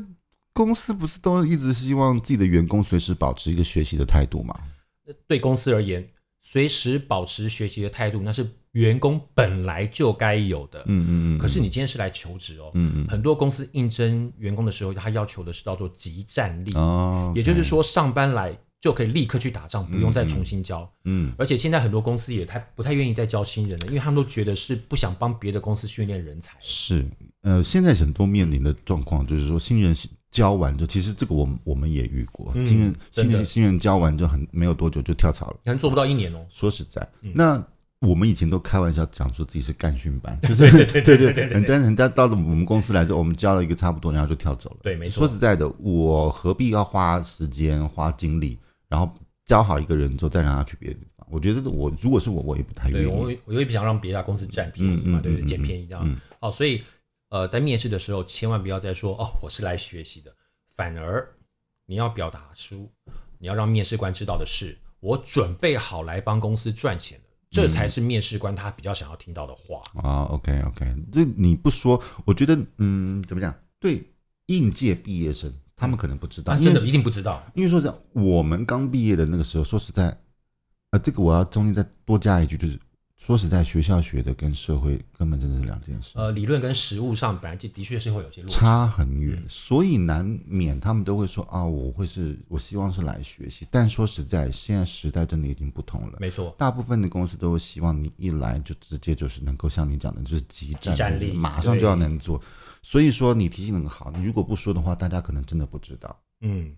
Speaker 2: 公司不是都一直希望自己的员工随时保持一个学习的态度吗？
Speaker 1: 对公司而言，随时保持学习的态度，那是员工本来就该有的。
Speaker 2: 嗯嗯嗯。
Speaker 1: 可是你今天是来求职哦，
Speaker 2: 嗯嗯
Speaker 1: 很多公司应征员工的时候，他要求的是叫做即战力，
Speaker 2: 哦，
Speaker 1: 也就是说
Speaker 2: 说，
Speaker 1: 上班来就可以立刻去打仗，不用再
Speaker 2: 嗯嗯
Speaker 1: 重新教。
Speaker 2: 嗯
Speaker 1: 而且现在很多公司也太不太愿意再教新人了，因为他们都觉得是不想帮别的公司训练人才。
Speaker 2: 是呃，现在很多面临的状况就是说新人。教完之后，其实这个我们我们也遇过，
Speaker 1: 嗯
Speaker 2: 新人
Speaker 1: 真
Speaker 2: 新
Speaker 1: 的
Speaker 2: 人新人教完就很没有多久就跳槽了。
Speaker 1: 可能做不到一年哦。
Speaker 2: 说实在，
Speaker 1: 嗯
Speaker 2: 那我们以前都开玩笑讲说自己是干训 (laughs) 班，就是
Speaker 1: 对对对对
Speaker 2: (laughs) 对
Speaker 1: 对对
Speaker 2: 对，
Speaker 1: 对
Speaker 2: 但是人家到了我们公司来之后，我们教了一个差不多，然后就跳走了。
Speaker 1: 对没错
Speaker 2: 说实在的，我何必要花时间花精力，然后教好一个人之后再让他去别的地方？我觉得我如果是我，我也不太愿
Speaker 1: 对，我
Speaker 2: 意。
Speaker 1: 会我又不想让别的公司占便宜嘛，
Speaker 2: 嗯嗯
Speaker 1: 对不对？
Speaker 2: 嗯
Speaker 1: 捡
Speaker 2: 嗯
Speaker 1: 便宜这样。
Speaker 2: 嗯
Speaker 1: 好，所以呃，在面试的时候，千万不要再说哦，我是来学习的，反而你要表达出你要让面试官知道的是，我准备好来帮公司赚钱的，这才是面试官他比较想要听到的话。
Speaker 2: 啊，OK OK，这你不说，我觉得嗯，怎么讲？对应届毕业生，他们可能不知道，
Speaker 1: 但
Speaker 2: 因
Speaker 1: 嗯
Speaker 2: 为
Speaker 1: 啊真的一定不知道，
Speaker 2: 因为说实在，我们刚毕业的那个时候，说实在，呃，这个我要中间再多加一句，就是说实在，学校学的跟社会根本真的是两件事，
Speaker 1: 呃，理论跟实物上本来就的确是会有些落差。嗯
Speaker 2: 差很远，所以难免他们都会说啊，我会是我希望是来学习，但说实在，现在时代真的已经不同了。
Speaker 1: 没错，
Speaker 2: 大部分的公司都会希望你一来就直接就是能够像你讲的，就是即战
Speaker 1: 战力
Speaker 2: 马上就要能做。所以说你提醒的好，你如果不说的话，大家可能真的不知道。
Speaker 1: 嗯，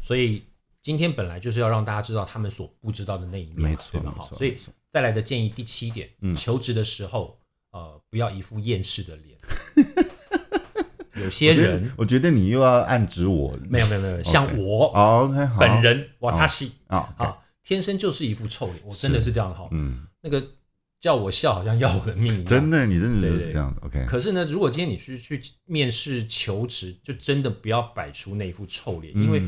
Speaker 1: 所以今天本来就是要让大家知道他们所不知道的那一面嘛，
Speaker 2: 没错
Speaker 1: 对吧？
Speaker 2: 没
Speaker 1: 好，
Speaker 2: 错
Speaker 1: 所以
Speaker 2: 没错
Speaker 1: 再来的建议第七点，
Speaker 2: 嗯
Speaker 1: 求职的时候，呃，不要一副厌世的
Speaker 2: (laughs)
Speaker 1: 脸。有些
Speaker 2: 我觉得
Speaker 1: 人
Speaker 2: 我觉得你又要暗指我，
Speaker 1: 没有没有没有，像我
Speaker 2: 哦好 OK 好，
Speaker 1: 本人哇，
Speaker 2: 好
Speaker 1: 他是
Speaker 2: 啊，OK，
Speaker 1: 啊，天生就是一副臭脸，我真的
Speaker 2: 是
Speaker 1: 是这样哈。
Speaker 2: 嗯，
Speaker 1: 那个叫我笑，好像要我的命一样。
Speaker 2: 真的，你真的
Speaker 1: 对
Speaker 2: 就
Speaker 1: 对
Speaker 2: 是这样的，OK，
Speaker 1: 可是呢，如果今天你去去面试求职，就真的不要摆出那一副臭脸，
Speaker 2: 嗯
Speaker 1: 因为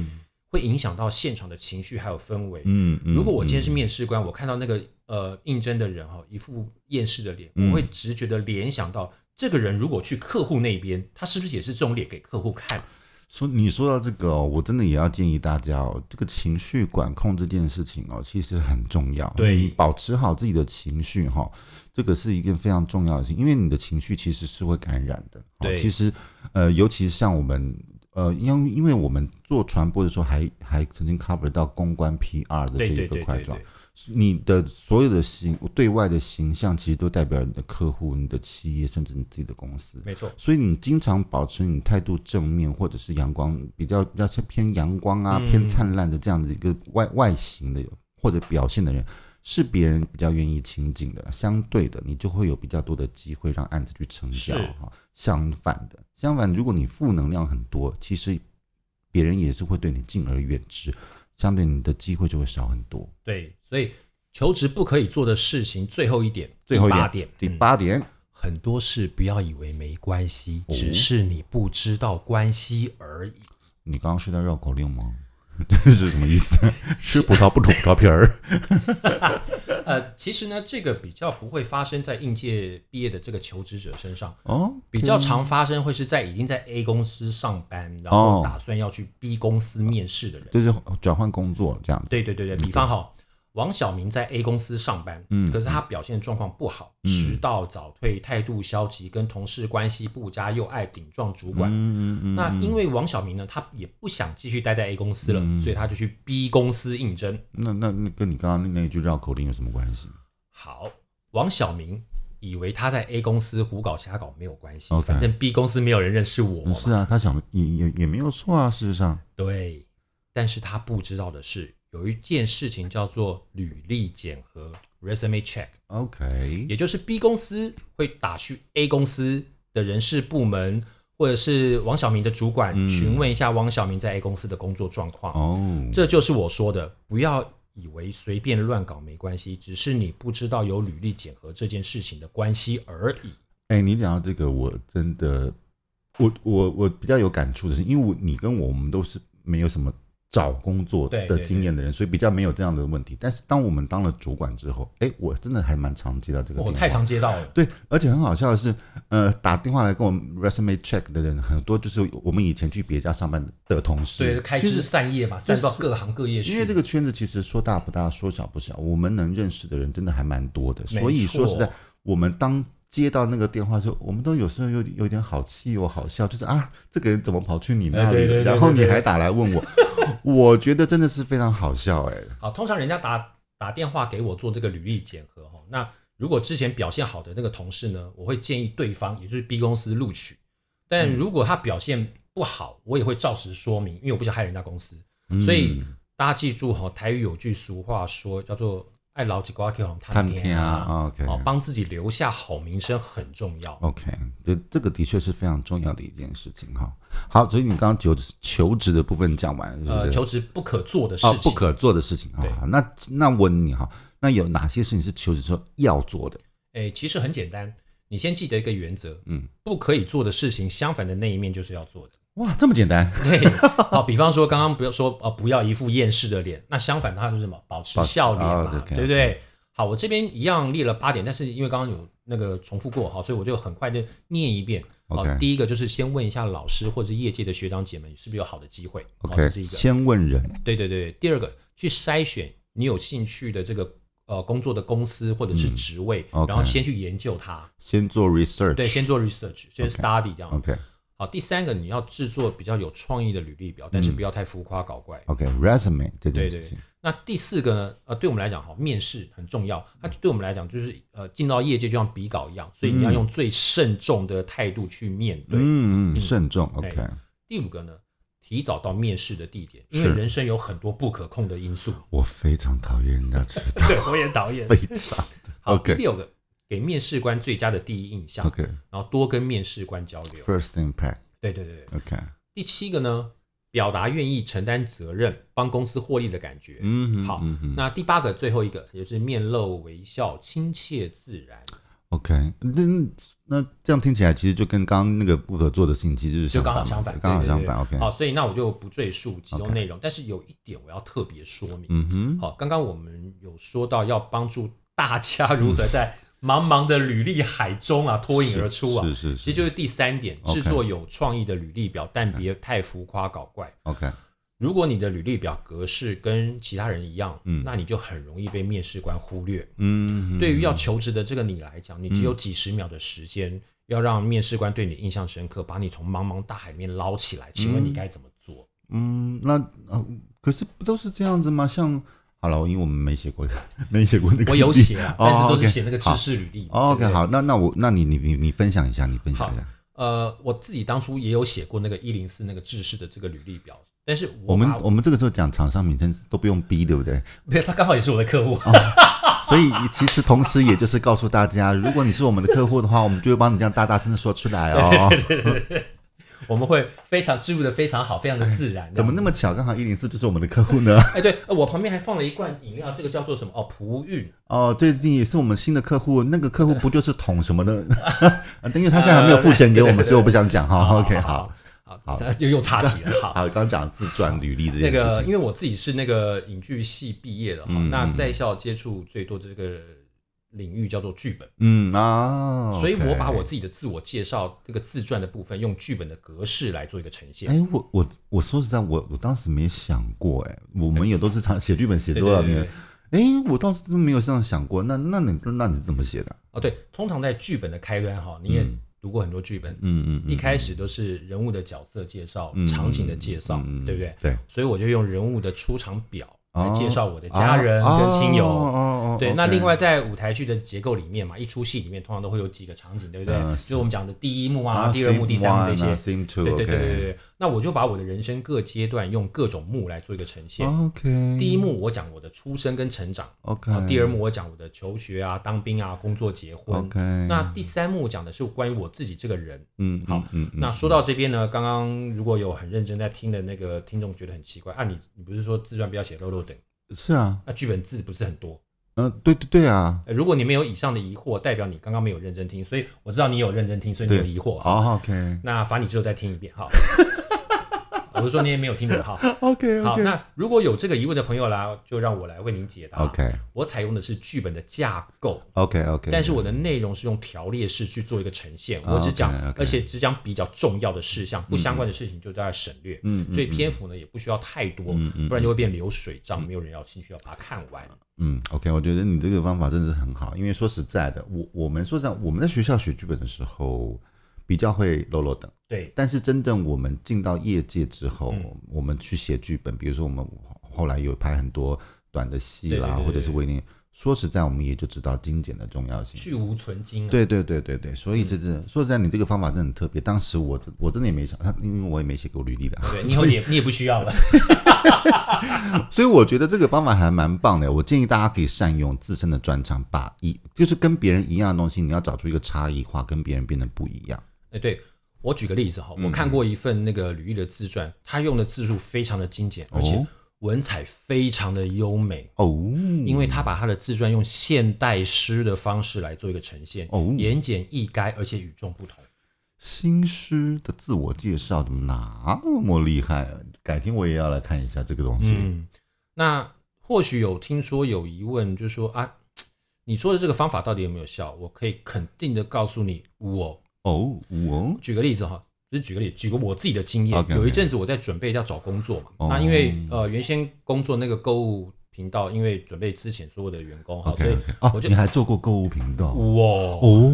Speaker 1: 会影响到现场的情绪还有氛围。
Speaker 2: 嗯，嗯
Speaker 1: 如果我今天是面试官，我看到那个呃应征的人哈、一副厌世的脸，
Speaker 2: 嗯
Speaker 1: 我会直觉的联想到，这个人如果去客户那边，他是不是也是这种脸给客户看？
Speaker 2: 说你说到这个哦，我真的也要建议大家哦，这个情绪管控这件事情哦，其实很重要。
Speaker 1: 对
Speaker 2: 你保持好自己的情绪哈、这个是一件非常重要的事情，因为你的情绪其实是会感染的。哦
Speaker 1: 对
Speaker 2: 其实呃，尤其是像我们呃，因为因为我们做传播的时候还，还曾经 cover 到公关 PR 的
Speaker 1: 对
Speaker 2: 这一
Speaker 1: 对
Speaker 2: 个
Speaker 1: 对
Speaker 2: 块
Speaker 1: 对
Speaker 2: 状
Speaker 1: 对，，
Speaker 2: 你的所有的形对外的形象，其实都代表你的客户、你的企业，甚至你自己的公司。
Speaker 1: 没错，
Speaker 2: 所以你经常保持你态度正面，或者是阳光，比较比较偏阳光啊、
Speaker 1: 嗯
Speaker 2: 偏灿烂的这样子一个外外形的或者表现的人，是别人比较愿意亲近的。相对的，你就会有比较多的机会让案子去成交
Speaker 1: 是
Speaker 2: 哈。相反的，相反，如果你负能量很多，其实别人也是会对你敬而远之，相对你的机会就会少很多。
Speaker 1: 对，所以求职不可以做的事情，最后一点，
Speaker 2: 最后一
Speaker 1: 第
Speaker 2: 点
Speaker 1: 八点，
Speaker 2: 第
Speaker 1: 嗯
Speaker 2: 八点，
Speaker 1: 很多事不要以为没关系，
Speaker 2: 哦
Speaker 1: 只是你不知道关系而已。
Speaker 2: 你刚刚是在绕口令吗？ (laughs) 这是什么意思？ (laughs) 吃葡萄不吐葡萄皮儿。
Speaker 1: 呃，其实呢，这个比较不会发生在应届毕业的这个求职者身上，
Speaker 2: 哦，
Speaker 1: 比较常发生会是在已经在 A 公司上班，然
Speaker 2: 哦
Speaker 1: 后打算要去 B 公司面试的人。
Speaker 2: 就是转换工作这样。
Speaker 1: 对对对对，比方哈，王小明在 A 公司上班，
Speaker 2: 嗯
Speaker 1: 可是他表现状况不好，
Speaker 2: 嗯
Speaker 1: 迟到、早退、态度消极，跟同事关系不佳，又爱顶撞主管。
Speaker 2: 嗯嗯嗯
Speaker 1: 那因为王小明呢，他也不想继续待在 A 公司了，
Speaker 2: 嗯
Speaker 1: 所以他就去 B 公司应征。
Speaker 2: 那那那跟你刚刚那那一句绕口令有什么关系？
Speaker 1: 好，王小明以为他在 A 公司胡搞瞎搞没有关系
Speaker 2: OK
Speaker 1: 反正 B 公司没有人认识我
Speaker 2: 嗯
Speaker 1: 嘛。
Speaker 2: 是啊，他想的也也也没有错啊。事实上，
Speaker 1: 对，但是他不知道的是，有一件事情叫做履历检核 （resume check），
Speaker 2: OK，
Speaker 1: 也就是 B 公司会打去 A 公司的人事部门。或者是王小明的主管
Speaker 2: 嗯
Speaker 1: 询问一下王小明在 A 公司的工作状况，
Speaker 2: 哦，
Speaker 1: 这就是我说的，不要以为随便乱搞没关系，只是你不知道有履历检核这件事情的关系而已。
Speaker 2: 哎，你讲到这个，我真的，我我我比较有感触的是，因为我你跟我我们都是没有什么找工作
Speaker 1: 对
Speaker 2: 的
Speaker 1: 对
Speaker 2: 经验的人，所以比较没有这样的问题。但是当我们当了主管之后，哎，我真的还蛮常接到这个电
Speaker 1: 我
Speaker 2: 话。
Speaker 1: 哦太常接到了，
Speaker 2: 对，而且很好笑的是，呃，打电话来跟我们 resume check 的人很多，就是我们以前去别家上班的同事，
Speaker 1: 对，开
Speaker 2: 其
Speaker 1: 枝
Speaker 2: 实
Speaker 1: 散叶嘛，
Speaker 2: 就
Speaker 1: 散到
Speaker 2: 是
Speaker 1: 各行各业去。
Speaker 2: 因为这个圈子其实说大不大，说小不小，我们能认识的人真的还蛮多的。
Speaker 1: 没
Speaker 2: 所以说实在
Speaker 1: 错，
Speaker 2: 我们当接到那个电话的时候，我们都有时候有有点好气又好笑，就是啊，这个人怎么跑去你那
Speaker 1: 哎
Speaker 2: 里？
Speaker 1: 对对对
Speaker 2: 然后
Speaker 1: 对
Speaker 2: 你
Speaker 1: 对
Speaker 2: 还打来
Speaker 1: (laughs)
Speaker 2: 问我，我觉得真的是非常好笑哎、
Speaker 1: 好，通常人家打打电话给我做这个履历检核哈，那如果之前表现好的那个同事呢，我会建议对方，也就是 B 公司录取。但
Speaker 2: 嗯
Speaker 1: 如果他表现不好，我也会照实说明，因为我不想害人家公司。
Speaker 2: 嗯
Speaker 1: 所以大家记住哈，台语有句俗话说叫做“爱老几瓜 Q
Speaker 2: 探听啊，OK 哦
Speaker 1: 哦，帮自己留下好名声很重要。
Speaker 2: OK，这这个的确是非常重要的一件事情哈。好，所以你刚刚求求职的部分讲完，是不
Speaker 1: 呃，
Speaker 2: 是？
Speaker 1: 求职不可做的事
Speaker 2: 啊，
Speaker 1: 情，
Speaker 2: 不可做的事情啊
Speaker 1: 对。
Speaker 2: 好那那我问你哈，那有哪些事情是求职之后要做的？
Speaker 1: 诶，其实很简单，你先记得一个原则，
Speaker 2: 嗯，
Speaker 1: 不可以做的事情，相反的那一面就是要做的。
Speaker 2: 哇，这么简单？
Speaker 1: 对，好，比方说刚刚不要说呃不要一副厌世的脸，那相反它就是什么，保持
Speaker 2: 保持
Speaker 1: 笑脸
Speaker 2: 哦
Speaker 1: 嘛，
Speaker 2: ，OK，OK
Speaker 1: 对不对？好，我这边一样列了八点，但是因为刚刚有那个重复过，好，所以我就很快就念一遍。好
Speaker 2: OK
Speaker 1: 第一个就是先问一下老师或者是业界的学长姐们是不是有好的机会好
Speaker 2: OK，
Speaker 1: 哦这是一个。
Speaker 2: 先问人，
Speaker 1: 对对对，第二个去筛选你有兴趣的这个呃工作的公司或者是
Speaker 2: 嗯
Speaker 1: 职位，
Speaker 2: ，OK
Speaker 1: 然后先去研究它，
Speaker 2: 先做 research。
Speaker 1: 对，先做 research，先
Speaker 2: OK
Speaker 1: study 这样。
Speaker 2: OK
Speaker 1: 好，第三个你要制作比较有创意的履历表，但是
Speaker 2: 嗯
Speaker 1: 不要太浮夸搞怪。
Speaker 2: OK resume 这件
Speaker 1: 对
Speaker 2: 事
Speaker 1: 对
Speaker 2: 情。
Speaker 1: 那第四个呢？呃，对我们来讲，哈，面试很重要。它对我们来讲，就是呃，进到业界就像比稿一样，所以你要用最慎重的态度去面对。
Speaker 2: 嗯嗯嗯，
Speaker 1: 嗯
Speaker 2: 慎重。
Speaker 1: 对
Speaker 2: OK，
Speaker 1: 第五个呢，提早到面试的地点，因为
Speaker 2: 是
Speaker 1: 人生有很多不可控的因素。
Speaker 2: 我非常讨厌人家迟到， (laughs)
Speaker 1: 对，我也导演。
Speaker 2: 非常
Speaker 1: 好，
Speaker 2: 哎 OK
Speaker 1: 第六个，给面试官最佳的第一印象， (laughs)
Speaker 2: OK。
Speaker 1: 然后多跟面试官交流。
Speaker 2: First impact。
Speaker 1: 对对对对。
Speaker 2: OK，
Speaker 1: 第七个呢，表达愿意承担责任，帮公司获利的感觉。
Speaker 2: 嗯哼，
Speaker 1: 好
Speaker 2: 嗯哼
Speaker 1: 那第八个最后一个，也就是面露微笑，亲切自然，
Speaker 2: OK，那那这样听起来其实就跟刚刚那个不可做的事情其实是
Speaker 1: 就
Speaker 2: 相
Speaker 1: 刚好
Speaker 2: 反
Speaker 1: 相
Speaker 2: 嘛，
Speaker 1: 反，
Speaker 2: 刚好
Speaker 1: 对对
Speaker 2: 相
Speaker 1: 对
Speaker 2: 反。OK，
Speaker 1: 好，啊所以那我就不赘述其中
Speaker 2: OK
Speaker 1: 内容，但是有一点我要特别说明。
Speaker 2: 嗯哼，
Speaker 1: 好，刚刚我们有说到要帮助大家如何在茫茫的履历海中啊脱颖而出啊，
Speaker 2: 嗯是是是，
Speaker 1: 其实就是第三点，
Speaker 2: OK
Speaker 1: 制作有创意的履历表，但别太浮夸搞怪。
Speaker 2: OK，
Speaker 1: 如果你的履历表格式跟其他人一样，
Speaker 2: 嗯
Speaker 1: 那你就很容易被面试官忽略。
Speaker 2: 嗯，
Speaker 1: 对于要求职的这个你来讲，你只有几十秒的时间，要让面试官对你印象深刻，把你从茫茫大海里面捞起来，请问你该怎么
Speaker 2: (laughs)
Speaker 1: 做？
Speaker 2: 嗯，那呃，可是不都是这样子吗？像好了，因为我们没写过， (laughs) 没写过那个，
Speaker 1: 我有。写啊，
Speaker 2: (laughs) 哦
Speaker 1: 但是都
Speaker 2: OK，哦
Speaker 1: 是写那个知识履历。对
Speaker 2: OK，
Speaker 1: 不对
Speaker 2: 好，。那那我那你你你你分享一下，你分享一下，
Speaker 1: 呃，我自己当初也有写过那个一零四那个知识的这个履历表，但是
Speaker 2: 我
Speaker 1: 我
Speaker 2: 们
Speaker 1: 把
Speaker 2: 我们这个时候讲厂商名称都不用逼，对不对？
Speaker 1: (laughs) 没有，他刚好也是我的客户。
Speaker 2: 哦所以其实同时也就是告诉大家，如果你是我们的客户的话，我们就会帮你这样大大声的说出来
Speaker 1: (laughs)
Speaker 2: 哦。
Speaker 1: (laughs) 我们会非常植入的非常好，非常的自然。
Speaker 2: (laughs) 怎么
Speaker 1: 这样
Speaker 2: 那么巧，刚好一零四就是我们的客户呢？
Speaker 1: 哎，对，呃我旁边还放了一罐饮料，这个叫做什么？哦，璞韵。
Speaker 2: 哦，最近也是我们新的客户，那个客户不就是桶什么的？ (laughs) 啊但因为他现在还没有付钱给我们，
Speaker 1: 呃对对对对
Speaker 2: 所以我不想讲哈。OK，好，
Speaker 1: 好，好，好啊这又又岔题了。好，
Speaker 2: 好，刚讲自传履历这
Speaker 1: 那
Speaker 2: 件事
Speaker 1: 个，
Speaker 2: 情。
Speaker 1: 因为我自己是那个影剧系毕业的哈，
Speaker 2: 嗯
Speaker 1: 那
Speaker 2: 嗯
Speaker 1: 在校接触最多的这个领域叫做剧本，
Speaker 2: 嗯啊，
Speaker 1: 所以我把
Speaker 2: OK
Speaker 1: 我自己的自我介绍这个自传的部分，用剧本的格式来做一个呈现。
Speaker 2: 哎，我我我说实在，我我当时没想过，哎，我们也都是常写剧本写
Speaker 1: 对
Speaker 2: 多少
Speaker 1: 对对
Speaker 2: 年
Speaker 1: 对，
Speaker 2: 哎，我倒是真没有这样想过。那那你那你是怎么写的？
Speaker 1: 哦对，通常在剧本的开端哈，你也读过很多剧本，
Speaker 2: 嗯嗯，嗯
Speaker 1: 一开始都是人物的角色介绍、
Speaker 2: 嗯
Speaker 1: 场景的介绍，
Speaker 2: 嗯嗯
Speaker 1: 对不对？
Speaker 2: 对，
Speaker 1: 所以我就用人物的出场表来
Speaker 2: 哦
Speaker 1: 介绍我的家人跟亲友。
Speaker 2: 哦哦哦哦
Speaker 1: 对，
Speaker 2: OK
Speaker 1: 那另外在舞台剧的结构里面嘛，一出戏里面通常都会有几个场景，对不对？
Speaker 2: 嗯
Speaker 1: 就是我们讲的第一幕啊、
Speaker 2: 啊
Speaker 1: 第二幕、
Speaker 2: ，scene
Speaker 1: 第三
Speaker 2: one
Speaker 1: 幕这
Speaker 2: 啊
Speaker 1: 些。
Speaker 2: ，scene two，
Speaker 1: 对对对对对
Speaker 2: OK
Speaker 1: 对。那我就把我的人生各阶段用各种幕来做一个呈现。
Speaker 2: 哦 OK，
Speaker 1: 第一幕我讲我的出生跟成长，
Speaker 2: OK，
Speaker 1: 然后第二幕我讲我的求学啊、当兵啊、工作、结婚。
Speaker 2: OK，
Speaker 1: 那第三幕讲的是关于我自己这个人。
Speaker 2: 嗯
Speaker 1: 嗯好，
Speaker 2: 嗯嗯
Speaker 1: 那说到这边呢，刚刚如果有很认真在听的那个听众觉得很奇怪，啊你，你不是说自传不要写漏漏等，
Speaker 2: 是啊，
Speaker 1: 那剧本字不是很多？
Speaker 2: 嗯、对对对啊，
Speaker 1: 呃如果你没有以上的疑惑，代表你刚刚没有认真听，所以我知道你有认真听，所以你有疑惑啊。
Speaker 2: 哦，OK，
Speaker 1: 那罚你之后再听一遍哈。 (laughs) 我是说你也没有听我的号。
Speaker 2: OK
Speaker 1: (laughs) 好，
Speaker 2: OK
Speaker 1: 那如果有这个疑问的朋友啦，就让我来为您解答。
Speaker 2: OK
Speaker 1: 我采用的是剧本的架构，
Speaker 2: OK OK，
Speaker 1: 但是我的内容是用条列式去做一个呈现，
Speaker 2: 啊
Speaker 1: 我只讲
Speaker 2: OK，OK
Speaker 1: 而且只讲比较重要的事项，不相关的事情就大概省略。
Speaker 2: 嗯嗯
Speaker 1: 所以篇幅呢也不需要太多，
Speaker 2: 嗯嗯
Speaker 1: 不然就会变流水账，没有人要兴趣要把它看完。
Speaker 2: 嗯，OK，我觉得你这个方法真的是很好，因为说实在的，我我们说实在，我们在学校学剧本的时候比较会啰啰等，
Speaker 1: 对，
Speaker 2: 但是真正我们进到业界之后，
Speaker 1: 嗯
Speaker 2: 我们去写剧本，比如说我们后来有拍很多短的戏啦，
Speaker 1: 对对对
Speaker 2: 或者是微电，说实在，我们也就知道精简的重要性。
Speaker 1: 去无存精啊。
Speaker 2: 对对对对对，所以
Speaker 1: 嗯
Speaker 2: 这是、说实在，你这个方法真的很特别。当时我我真的也没想，因为我也没写过履历的，
Speaker 1: 对，你以后也你也不需要了。
Speaker 2: 所以我觉得这个方法还蛮棒的，我建议大家可以善用自身的专长，把一就是跟别人一样的东西，你要找出一个差异化，跟别人变得不一样。
Speaker 1: 哎，对我举个例子哈，
Speaker 2: 嗯
Speaker 1: 我看过一份那个吕毅的自传，他用的字数非常的精简，而且
Speaker 2: 哦
Speaker 1: 文采非常的优美。
Speaker 2: 哦，
Speaker 1: 因为他把他的自传用现代诗的方式来做一个呈现，
Speaker 2: 哦
Speaker 1: 言简意赅，而且与众不同。
Speaker 2: 新诗的自我介绍怎么那么厉害？改天我也要来看一下这个东西。
Speaker 1: 嗯，那或许有听说有疑问，就是说啊，你说的这个方法到底有没有效？我可以肯定的告诉你，我
Speaker 2: 哦哦，
Speaker 1: 举个例子哈，只是举个例子，举个我自己的经验。
Speaker 2: OK，OK
Speaker 1: 有一阵子我在准备要找工作嘛，
Speaker 2: 哦
Speaker 1: 那因为呃原先工作那个购物频道，因为准备之前所有的员工哈
Speaker 2: OK，
Speaker 1: 所以
Speaker 2: OK
Speaker 1: 我
Speaker 2: 哦，
Speaker 1: 就
Speaker 2: 你还做过购物频道？
Speaker 1: 哇，
Speaker 2: 哦，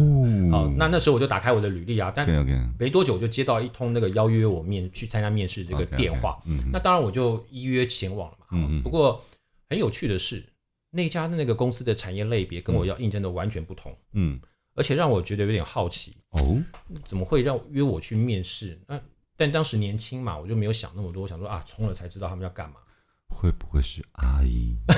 Speaker 1: 好，啊那那时候我就打开我的履历啊，但
Speaker 2: OK OK，
Speaker 1: 没多久我就接到一通那个邀约我面去参加面试这个电话，
Speaker 2: 嗯哼
Speaker 1: 那当然我就依约前往了嘛。
Speaker 2: 嗯嗯
Speaker 1: 不过很有趣的是，那家的那个公司的产业类别跟我要应征的完全不同，
Speaker 2: 嗯，
Speaker 1: 而且让我觉得有点好奇，
Speaker 2: 哦
Speaker 1: 怎么会让约我去面试？那但当时年轻嘛，我就没有想那么多，我想说啊，冲了才知道他们要干嘛， (laughs)
Speaker 2: 会不会是阿姨？ (laughs)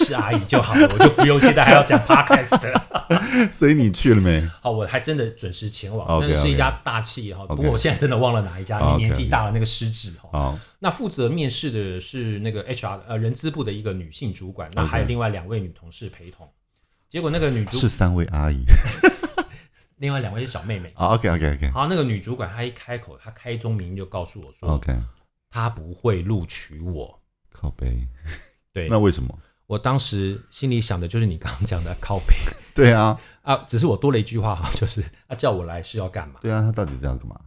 Speaker 1: 是阿姨就好了，我就不用现在还要讲 podcast 了。
Speaker 2: 所以你去了没？
Speaker 1: 好，我还真的准时前往，
Speaker 2: OK，OK
Speaker 1: 那是一家大企业哈。
Speaker 2: OK
Speaker 1: 不过我现在真的忘了哪一家，因为
Speaker 2: OK，OK
Speaker 1: 年纪大了那个失职哈。
Speaker 2: 好，
Speaker 1: 那负责面试的是那个 HR 呃人资部的一个女性主管，那
Speaker 2: OK
Speaker 1: 还有另外两位女同事陪同。结果那个女主
Speaker 2: 是三位阿姨。
Speaker 1: 另外两位是小妹妹。
Speaker 2: 啊，OK OK OK
Speaker 1: 好，那个女主管她一开口，她开宗明义就告诉我说，
Speaker 2: OK，
Speaker 1: 她不会录取我。
Speaker 2: 靠背。
Speaker 1: 对
Speaker 2: 那为什么？
Speaker 1: 我当时心里想的就是你刚刚讲的靠背 (laughs)
Speaker 2: 对啊，
Speaker 1: 啊，只是我多了一句话哈，就是她叫我来是要干嘛？
Speaker 2: 对啊，他到底这样干嘛？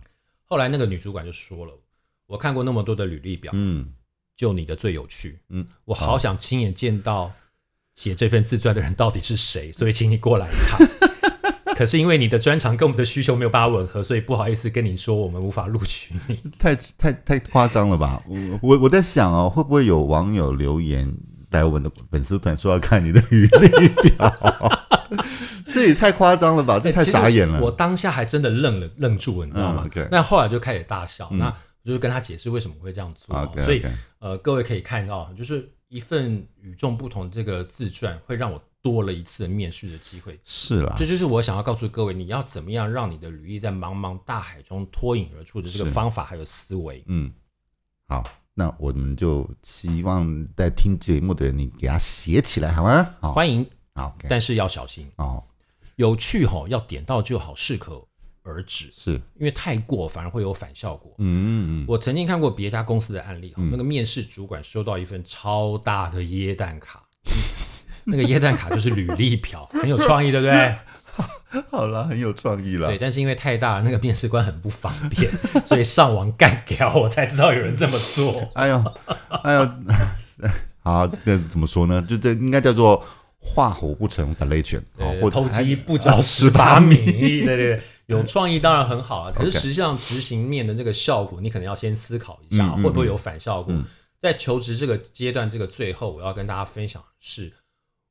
Speaker 1: 后来那个女主管就说了，我看过那么多的履历表，
Speaker 2: 嗯
Speaker 1: 就你的最有趣。
Speaker 2: 嗯，
Speaker 1: 我好想亲眼见到写这份自传的人到底是
Speaker 2: 嗯
Speaker 1: 谁，所以请你过来一趟。
Speaker 2: (laughs)
Speaker 1: 可是因为你的专长跟我们的需求没有办法吻合，所以不好意思跟你说我们无法录取你。
Speaker 2: 太太太夸张了吧？ (laughs) 我我我在想哦，会不会有网友留言来我们的粉丝团说要看你的履历表？
Speaker 1: (laughs)
Speaker 2: 这也太夸张了吧？ (laughs) 这太傻眼
Speaker 1: 哎其实我
Speaker 2: 了。
Speaker 1: 当下还真的愣了愣住了，你知道吗
Speaker 2: 嗯？OK
Speaker 1: 那后来就开始大笑，
Speaker 2: 嗯
Speaker 1: 那我就跟他解释为什么会这样做。
Speaker 2: OK，
Speaker 1: 所以呃，各位可以看到，就是一份与众不同的这个自传，会让我多了一次面试的机会。
Speaker 2: 是啦
Speaker 1: 这，就是我想要告诉各位，你要怎么样让你的履历在茫茫大海中脱颖而出的这个
Speaker 2: 是
Speaker 1: 方法还有思维。
Speaker 2: 嗯，好，那我们就希望在听节目的人，你给他写起来好吗？好，
Speaker 1: 欢迎，
Speaker 2: 好，OK，
Speaker 1: 但是要小心，
Speaker 2: 哦，
Speaker 1: 有趣吼、要点到就好，适可而止，
Speaker 2: 是，
Speaker 1: 因为太过反而会有反效果。
Speaker 2: 嗯嗯嗯，
Speaker 1: 我曾经看过别家公司的案例，
Speaker 2: 嗯
Speaker 1: 那个面试主管收到一份超大的椰蛋卡， (laughs) 那个椰蛋卡就是履历表，很有创意，对不对？
Speaker 2: 好啦，很有创意啦。
Speaker 1: 对，但是因为太大了，那个面试官很不方便， (laughs) 所以上网干掉，我才知道有人这么
Speaker 2: (laughs)
Speaker 1: 做。
Speaker 2: 哎
Speaker 1: (laughs)
Speaker 2: 呦，哎呦， (laughs) 好，那怎么说呢？就这应该叫做化虎不成反类犬，好，
Speaker 1: 对
Speaker 2: 或
Speaker 1: 呃偷鸡不着
Speaker 2: 啊
Speaker 1: 十八米，对对对，有创意当然很好
Speaker 2: (laughs)
Speaker 1: 啊，可是
Speaker 2: OK
Speaker 1: 实际上执行面的这个效果，你可能要先思考一下啊
Speaker 2: 嗯嗯
Speaker 1: 会不会有反效果
Speaker 2: 嗯。
Speaker 1: 在求职这个阶段，这个最后我要跟大家分享的是，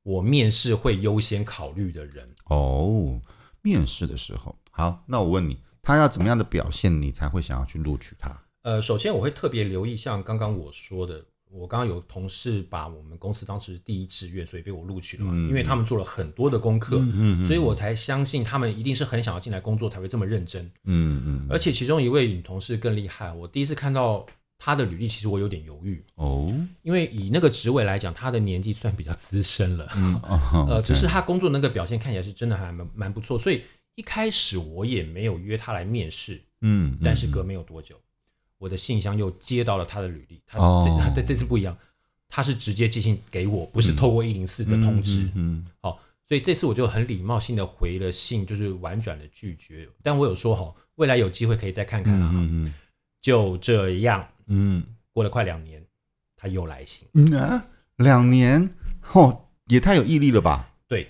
Speaker 1: 我面试会优先考虑的人，
Speaker 2: 哦，面试的时候，好，那我问你，他要怎么样的表现，你才会想要去录取他？
Speaker 1: 呃，首先我会特别留意，像刚刚我说的，我刚刚有同事把我们公司当时第一志愿，所以被我录取了嘛，
Speaker 2: 嗯
Speaker 1: 因为他们做了很多的功课，
Speaker 2: 嗯
Speaker 1: 所以我才相信他们一定是很想要进来工作，才会这么认真。
Speaker 2: 嗯嗯，
Speaker 1: 而且其中一位女同事更厉害，我第一次看到她的履历，其实我有点犹豫，
Speaker 2: 哦，
Speaker 1: 因为以那个职位来讲，她的年纪算比较资深了，
Speaker 2: 哦
Speaker 1: (laughs) 呃，只是
Speaker 2: OK
Speaker 1: 她工作那个表现看起来是真的还蛮蛮不错，所以一开始我也没有约她来面试，
Speaker 2: 嗯，嗯
Speaker 1: 但是隔没有多久，我的信箱又接到了他的履历，他
Speaker 2: 哦
Speaker 1: 这他这这次不一样，他是直接寄信给我，不是透过一零四的通知，
Speaker 2: 嗯
Speaker 1: 所以这次我就很礼貌性的回了信，就是婉转的拒绝，但我有说哈，未来有机会可以再看看啊，
Speaker 2: 嗯
Speaker 1: 就这样，
Speaker 2: 嗯
Speaker 1: 过了快两年，他又来信，
Speaker 2: 嗯啊，两年哦，也太有毅力了吧？
Speaker 1: 对，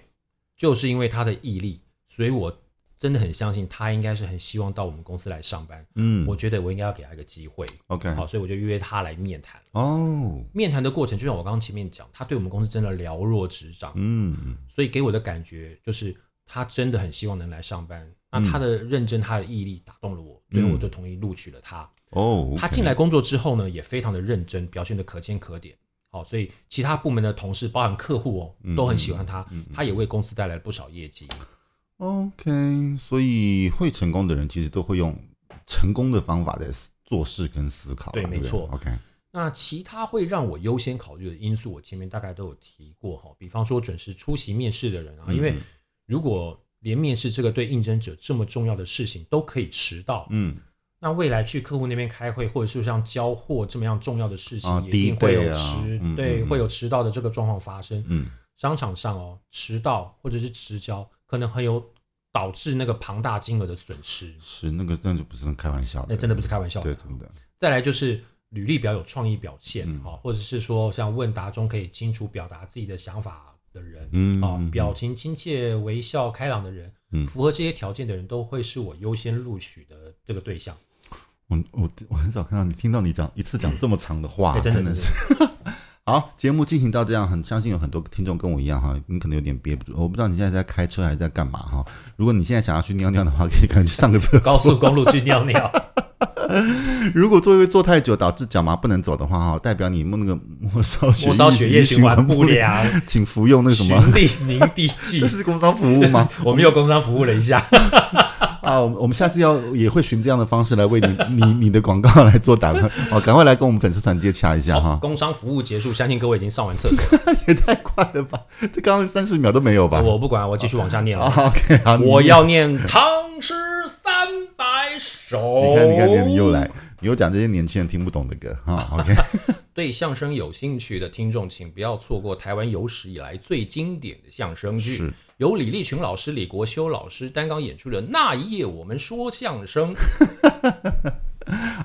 Speaker 1: 就是因为他的毅力，所以我真的很相信他应该是很希望到我们公司来上班，
Speaker 2: 嗯
Speaker 1: 我觉得我应该要给他一个机会，
Speaker 2: OK
Speaker 1: 好，所以我就约他来面谈。
Speaker 2: 哦，
Speaker 1: 面谈的过程，就像我刚刚前面讲，他对我们公司真的了若指掌，
Speaker 2: 嗯
Speaker 1: 所以给我的感觉就是他真的很希望能来上班。那他的认真，他的毅力打动了我，最后我就同意录取了他。
Speaker 2: 哦，
Speaker 1: 他进来工作之后呢，也非常的认真，表现的可圈可点。好、所以其他部门的同事，包含客户哦，都很喜欢他，他也为公司带来了不少业绩。
Speaker 2: OK，所以会成功的人其实都会用成功的方法在思做事跟思考啊，
Speaker 1: 对
Speaker 2: 对不对，
Speaker 1: 没错
Speaker 2: OK，
Speaker 1: 那其他会让我优先考虑的因素，我前面大概都有提过哈，比方说准时出席面试的人
Speaker 2: 嗯
Speaker 1: 啊，因为如果连面试这个对应征者这么重要的事情都可以迟到，
Speaker 2: 嗯
Speaker 1: 那未来去客户那边开会，或者是像交货这么样重要的事情，
Speaker 2: 啊
Speaker 1: 也一定会有
Speaker 2: 第一
Speaker 1: 迟、
Speaker 2: 对啊嗯
Speaker 1: 对、
Speaker 2: 嗯嗯
Speaker 1: 会有迟到的这个状况发生。
Speaker 2: 嗯，
Speaker 1: 商场上哦，迟到或者是迟交，可能很有导致那个庞大金额的损失，
Speaker 2: 是那个那就不是开玩笑的，
Speaker 1: 那真的不是开玩笑的
Speaker 2: 对，。真的，
Speaker 1: 再来就是履历比较有创意表现啊、
Speaker 2: 嗯
Speaker 1: 哦或者是说像问答中可以清楚表达自己的想法的人啊、
Speaker 2: 嗯
Speaker 1: 哦
Speaker 2: 嗯
Speaker 1: 表情亲切、微笑、开朗的人，
Speaker 2: 嗯
Speaker 1: 符合这些条件的人都会是我优先录取的这个对象。
Speaker 2: 我我我很少看到你听到你讲一次讲这么长的话，
Speaker 1: 哎真的
Speaker 2: 的是。好，节目进行到这样，很相信有很多听众跟我一样哈，你可能有点憋不住。我不知道你现在在开车还是在干嘛哈。如果你现在想要去尿尿的话，可以赶紧去上个厕所。
Speaker 1: 高速公路去尿
Speaker 2: (laughs)
Speaker 1: 尿，
Speaker 2: 如果座位坐太久导致脚麻不能走的话哈，代表你那个 (laughs) 末梢血
Speaker 1: 末梢血液
Speaker 2: 循
Speaker 1: 循环不
Speaker 2: 不良，
Speaker 1: 良，
Speaker 2: (laughs) 请服用那个什么。
Speaker 1: 循地凝地剂
Speaker 2: 这。是工商服务吗？
Speaker 1: (laughs) 我们又工商服务了一下，
Speaker 2: 啊，我们我们下次要也会循这样的方式来为你你你的广告来做打分 (laughs) 哦，赶快来跟我们粉丝团接洽一下哈。
Speaker 1: 工商服务结束，相信各位已经上完厕所
Speaker 2: 也太快了吧！这刚刚三十秒都没有吧？
Speaker 1: 了。我不管，我继续往下念
Speaker 2: 啊
Speaker 1: 啊。
Speaker 2: (laughs) ，OK，好，你
Speaker 1: 我要念《唐诗三百首》。
Speaker 2: 你看，你看，你看，你又来，你又讲这些年轻人听不懂的歌哈。OK，
Speaker 1: (laughs) 对相声有兴趣的听众，请不要错过台湾有史以来最经典的相声剧
Speaker 2: 是，
Speaker 1: 由李立群老师、李国修老师担纲演出的《那一夜我们说相声》，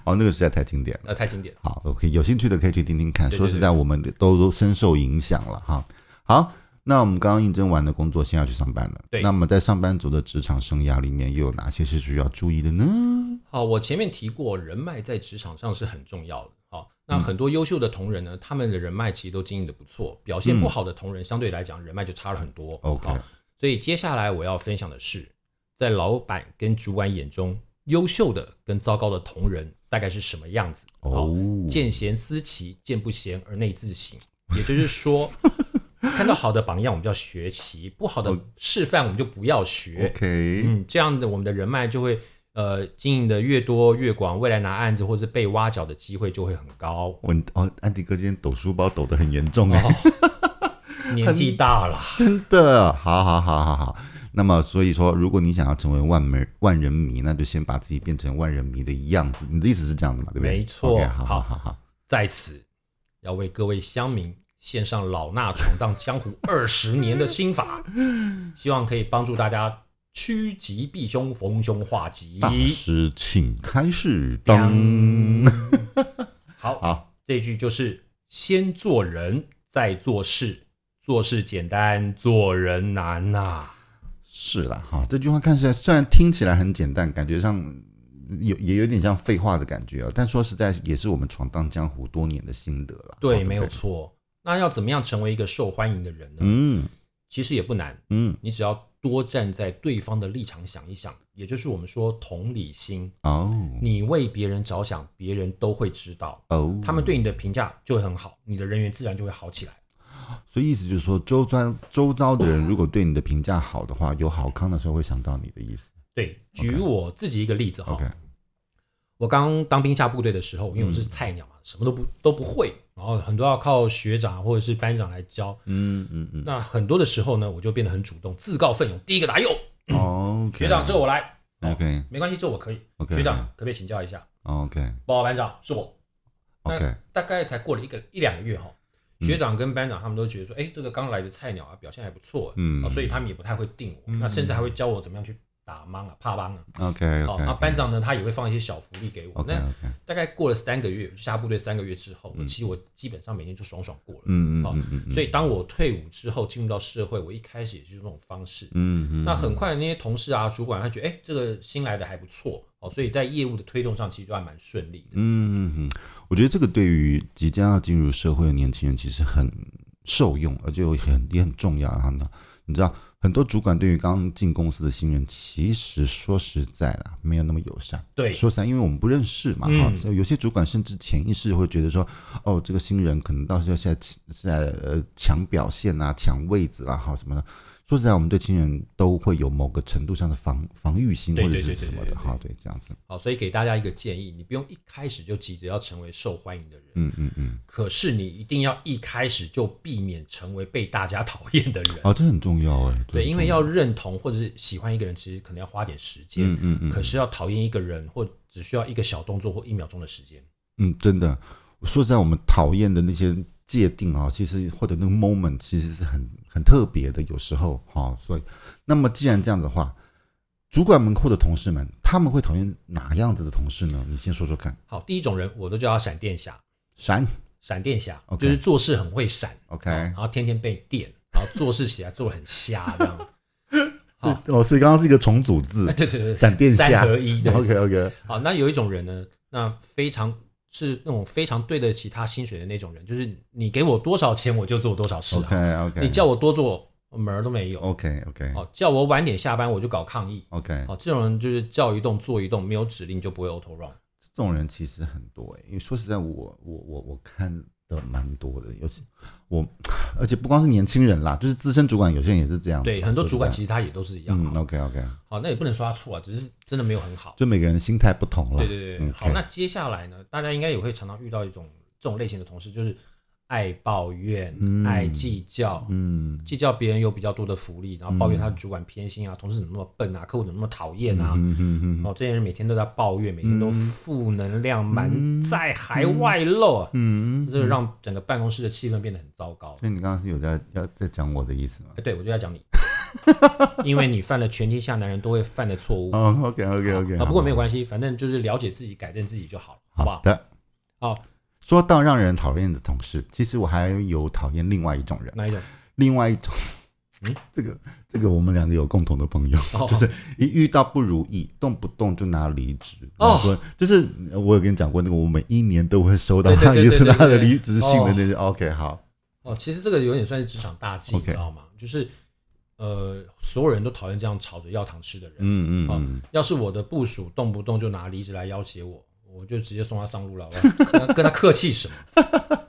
Speaker 2: 哦，那个实在太经典了。
Speaker 1: 呃，太经典了。
Speaker 2: 好，OK，有兴趣的可以去听听看。
Speaker 1: 对对
Speaker 2: 说实在，我们都都深受影响了哈。好，那我们刚刚应征完的工作，先要去上班了。
Speaker 1: 对
Speaker 2: 那么在上班族的职场生涯里面，又有哪些是需要注意的呢？
Speaker 1: 好，我前面提过，人脉在职场上是很重要的。好，
Speaker 2: 嗯
Speaker 1: 那很多优秀的同仁呢，他们的人脉其实都经营的不错，表现不好的同仁相对来讲人脉就差了很多。
Speaker 2: 嗯 OK
Speaker 1: 好所以接下来我要分享的是，在老板跟主管眼中，优秀的跟糟糕的同仁大概是什么样子？好
Speaker 2: 哦，
Speaker 1: 见贤思齐，见不贤而内自省。也就是
Speaker 2: (laughs)
Speaker 1: 说，看到好的榜样，我们就要学习；不好的示范，我们就不要学。
Speaker 2: 哦 OK，
Speaker 1: 嗯，这样的我们的人脉就会呃经营的越多越广，未来拿案子或是被挖角的机会就会很高。
Speaker 2: 我哦，安迪哥今天抖书包抖得很严重哎。
Speaker 1: 哦、年纪大了，
Speaker 2: (laughs) 真的，好好好好好。那么所以说，如果你想要成为万门万人迷，那就先把自己变成万人迷的样子。你的意思是这样的嘛？对不对？
Speaker 1: 没错
Speaker 2: OK，好
Speaker 1: 好
Speaker 2: 好好好。
Speaker 1: 在此要为各位乡民献上老衲闯荡江湖二十年的心
Speaker 2: (laughs)
Speaker 1: 法，希望可以帮助大家趋吉避凶，逢凶化吉。
Speaker 2: 大师，请开始。当
Speaker 1: 当好，
Speaker 2: 好，
Speaker 1: 这句就是先做人，再做事。做事简单，做人难呐、
Speaker 2: 是啦，哈，这句话看起来虽然听起来很简单，感觉上有也有点像废话的感觉哦，但说实在也是我们闯荡江湖多年的心得了。
Speaker 1: 对，
Speaker 2: 哦
Speaker 1: 没有
Speaker 2: 不
Speaker 1: 错。那要怎么样成为一个受欢迎的人呢？
Speaker 2: 嗯
Speaker 1: 其实也不难，
Speaker 2: 嗯，
Speaker 1: 你只要多站在对方的立场想一想，也就是我们说同理心。
Speaker 2: 哦
Speaker 1: 你为别人着想，别人都会知道，
Speaker 2: 哦，
Speaker 1: 他们对你的评价就会很好，你的人缘自然就会好起来。
Speaker 2: 所以意思就是说，周遭周遭的人如果对你的评价好的话，有好康的时候会想到你的意思。
Speaker 1: 对，举我自己一个例子哈
Speaker 2: OK，
Speaker 1: 我刚当兵下部队的时候，因为我是
Speaker 2: 嗯
Speaker 1: 菜鸟嘛，什么都不都不会，然后很多要靠学长或者是班长来教。
Speaker 2: 嗯嗯嗯
Speaker 1: 那很多的时候呢，我就变得很主动，自告奋勇，第一个来哟，
Speaker 2: 哦，OK，
Speaker 1: 学长这我来，
Speaker 2: OK
Speaker 1: 没关系，这我可以。
Speaker 2: OK
Speaker 1: 学长，可不可以请教一下？
Speaker 2: OK
Speaker 1: 报告班长，是我。
Speaker 2: OK
Speaker 1: 大概才过了一个一两个月哈，
Speaker 2: 嗯
Speaker 1: 学长跟班长他们都觉得说，哎、这个刚来的菜鸟啊，表现还不错，
Speaker 2: 嗯
Speaker 1: 啊，所以他们也不太会定我，
Speaker 2: 嗯
Speaker 1: 那甚至还会教我怎么样去打帮啊、怕帮啊。
Speaker 2: OK
Speaker 1: 哦，那
Speaker 2: OK
Speaker 1: 班长呢，他也会放一些小福利给我。
Speaker 2: OK
Speaker 1: 那
Speaker 2: OK
Speaker 1: 大概过了三个月，下部队三个月之后，其实我基本上每天就爽爽过了。
Speaker 2: 嗯嗯
Speaker 1: 哦
Speaker 2: 嗯嗯，
Speaker 1: 所以当我退伍之后进入到社会，我一开始也是这种方式。
Speaker 2: 嗯嗯
Speaker 1: 那很快那些同事啊、主管，他觉得哎、这个新来的还不错哦，所以在业务的推动上其实都还蛮顺利的。
Speaker 2: 嗯嗯嗯，我觉得这个对于即将要进入社会的年轻人其实很受用，而且也很也很重要。然后呢，你知道很多主管对于刚进公司的新人，其实说实在啦，没有那么友善。
Speaker 1: 对，
Speaker 2: 说实在，因为我们不认识嘛，
Speaker 1: 嗯
Speaker 2: 哈、所呃以有些主管甚至潜意识会觉得说，哦，这个新人可能到时候现在是在呃抢表现啊、抢位子啊，哈什么的。说实在，我们对新人都会有某个程度上的防防御心或
Speaker 1: 对
Speaker 2: 者
Speaker 1: 对
Speaker 2: 是
Speaker 1: 对对
Speaker 2: 什么
Speaker 1: 对对
Speaker 2: 的，哈，对，这样子，
Speaker 1: 好，哦所以给大家一个建议，你不用一开始就急着要成为受欢迎的人，
Speaker 2: 嗯嗯嗯，
Speaker 1: 可是你一定要一开始就避免成为被大家讨厌的人。
Speaker 2: 哦，这很重要哎，
Speaker 1: 对，
Speaker 2: 很
Speaker 1: 因
Speaker 2: 重
Speaker 1: 为要认同或者是喜欢一个人，其实可能要花点时间。
Speaker 2: 嗯嗯嗯，
Speaker 1: 可是要讨厌一个人，或只需要一个小动作或一秒钟的时间。
Speaker 2: 嗯，真的，说实在，我们讨厌的那些界定啊、其实或者那个 moment 其实是很很特别的，有时候哈、所以，那么既然这样子的话，主管们或者同事们，他们会讨厌哪样子的同事呢？你先说说看。
Speaker 1: 好，第一种人我都叫他闪电侠，
Speaker 2: 闪
Speaker 1: 闪电侠
Speaker 2: OK
Speaker 1: 就是做事很会闪，
Speaker 2: ，OK，
Speaker 1: 然后天天被电，然后做事起来做得很瞎这
Speaker 2: (laughs)
Speaker 1: 样。
Speaker 2: 这哦，所以刚刚是一个重组字 (laughs)
Speaker 1: 哎，对对对，
Speaker 2: 闪电
Speaker 1: 三
Speaker 2: 侠
Speaker 1: 合一对
Speaker 2: ，OK OK，
Speaker 1: 好，那有一种人呢，那非常是那种非常对得起他薪水的那种人，就是你给我多少钱我就做多少事、啊
Speaker 2: OK OK，
Speaker 1: 你叫我多做我门儿都没有。
Speaker 2: OK OK
Speaker 1: 哦，叫我晚点下班我就搞抗议。
Speaker 2: OK，
Speaker 1: 哦，这种人就是叫一动做一动，没有指令就不会 auto run。
Speaker 2: 这种人其实很多、欸，因为说实在我，我我我看的蛮多的，尤其我，而且不光是年轻人啦，就是资深主管，有些人也是这样子啦。
Speaker 1: 对，很多主管其
Speaker 2: 实
Speaker 1: 实他也都是一样。啊
Speaker 2: 嗯
Speaker 1: 好
Speaker 2: ，OK OK，
Speaker 1: 好，那也不能说他错啊，只是真的没有很好。
Speaker 2: 就每个人的心态不同了。
Speaker 1: 对对对，
Speaker 2: 嗯
Speaker 1: 好，那接下来呢，大家应该也会常常遇到一种这种类型的同事，就是爱抱怨、
Speaker 2: 嗯
Speaker 1: 爱计较，
Speaker 2: 嗯
Speaker 1: 计较别人有比较多的福利，然后抱怨他的主管偏心啊，同事怎么那么笨啊，客户怎么那么讨厌啊。
Speaker 2: 嗯嗯嗯
Speaker 1: 然
Speaker 2: 嗯
Speaker 1: 后这些人每天都在抱怨，每天都负能量满
Speaker 2: 嗯
Speaker 1: 载还外露啊，
Speaker 2: 嗯，
Speaker 1: 这、让整个办公室的气氛变得很糟糕。
Speaker 2: 所以你刚刚是有在要在讲我的意思吗？
Speaker 1: 哎，对我就要讲
Speaker 2: (laughs)
Speaker 1: 你，因为你犯了全天下男人都会犯的错误。
Speaker 2: 哦，OK OK OK，
Speaker 1: 啊，不过没有
Speaker 2: 关
Speaker 1: 关系，反正就是了解自己，改正自己就好了，
Speaker 2: 系，
Speaker 1: 好不好？
Speaker 2: 的。
Speaker 1: 好，
Speaker 2: 说到让人讨厌的同事，其实我还有讨厌另外一种人。
Speaker 1: 哪一种？
Speaker 2: 另外一种，
Speaker 1: 嗯
Speaker 2: (laughs) 这个这个我们两个有共同的朋友，
Speaker 1: 哦
Speaker 2: 就是一遇到不如意，动不动就拿离职。
Speaker 1: 哦
Speaker 2: 说就是呃我有跟你讲过，那个我每一年都会收到
Speaker 1: 对对
Speaker 2: 他
Speaker 1: 对
Speaker 2: 一次
Speaker 1: 对对
Speaker 2: 他的
Speaker 1: 对对
Speaker 2: 离职信的
Speaker 1: 哦
Speaker 2: 那些。OK，好，
Speaker 1: (laughs) 哦，其实这个有点算是职场大忌，你
Speaker 2: OK
Speaker 1: 知道吗？就是呃，所有人都讨厌这样吵着要糖吃的人。
Speaker 2: 嗯嗯
Speaker 1: 哦
Speaker 2: 嗯，
Speaker 1: 要是我的部署动不动就拿离职来要挟我，我就直接送他上路了，
Speaker 2: (laughs)
Speaker 1: 我跟他跟他客气什么？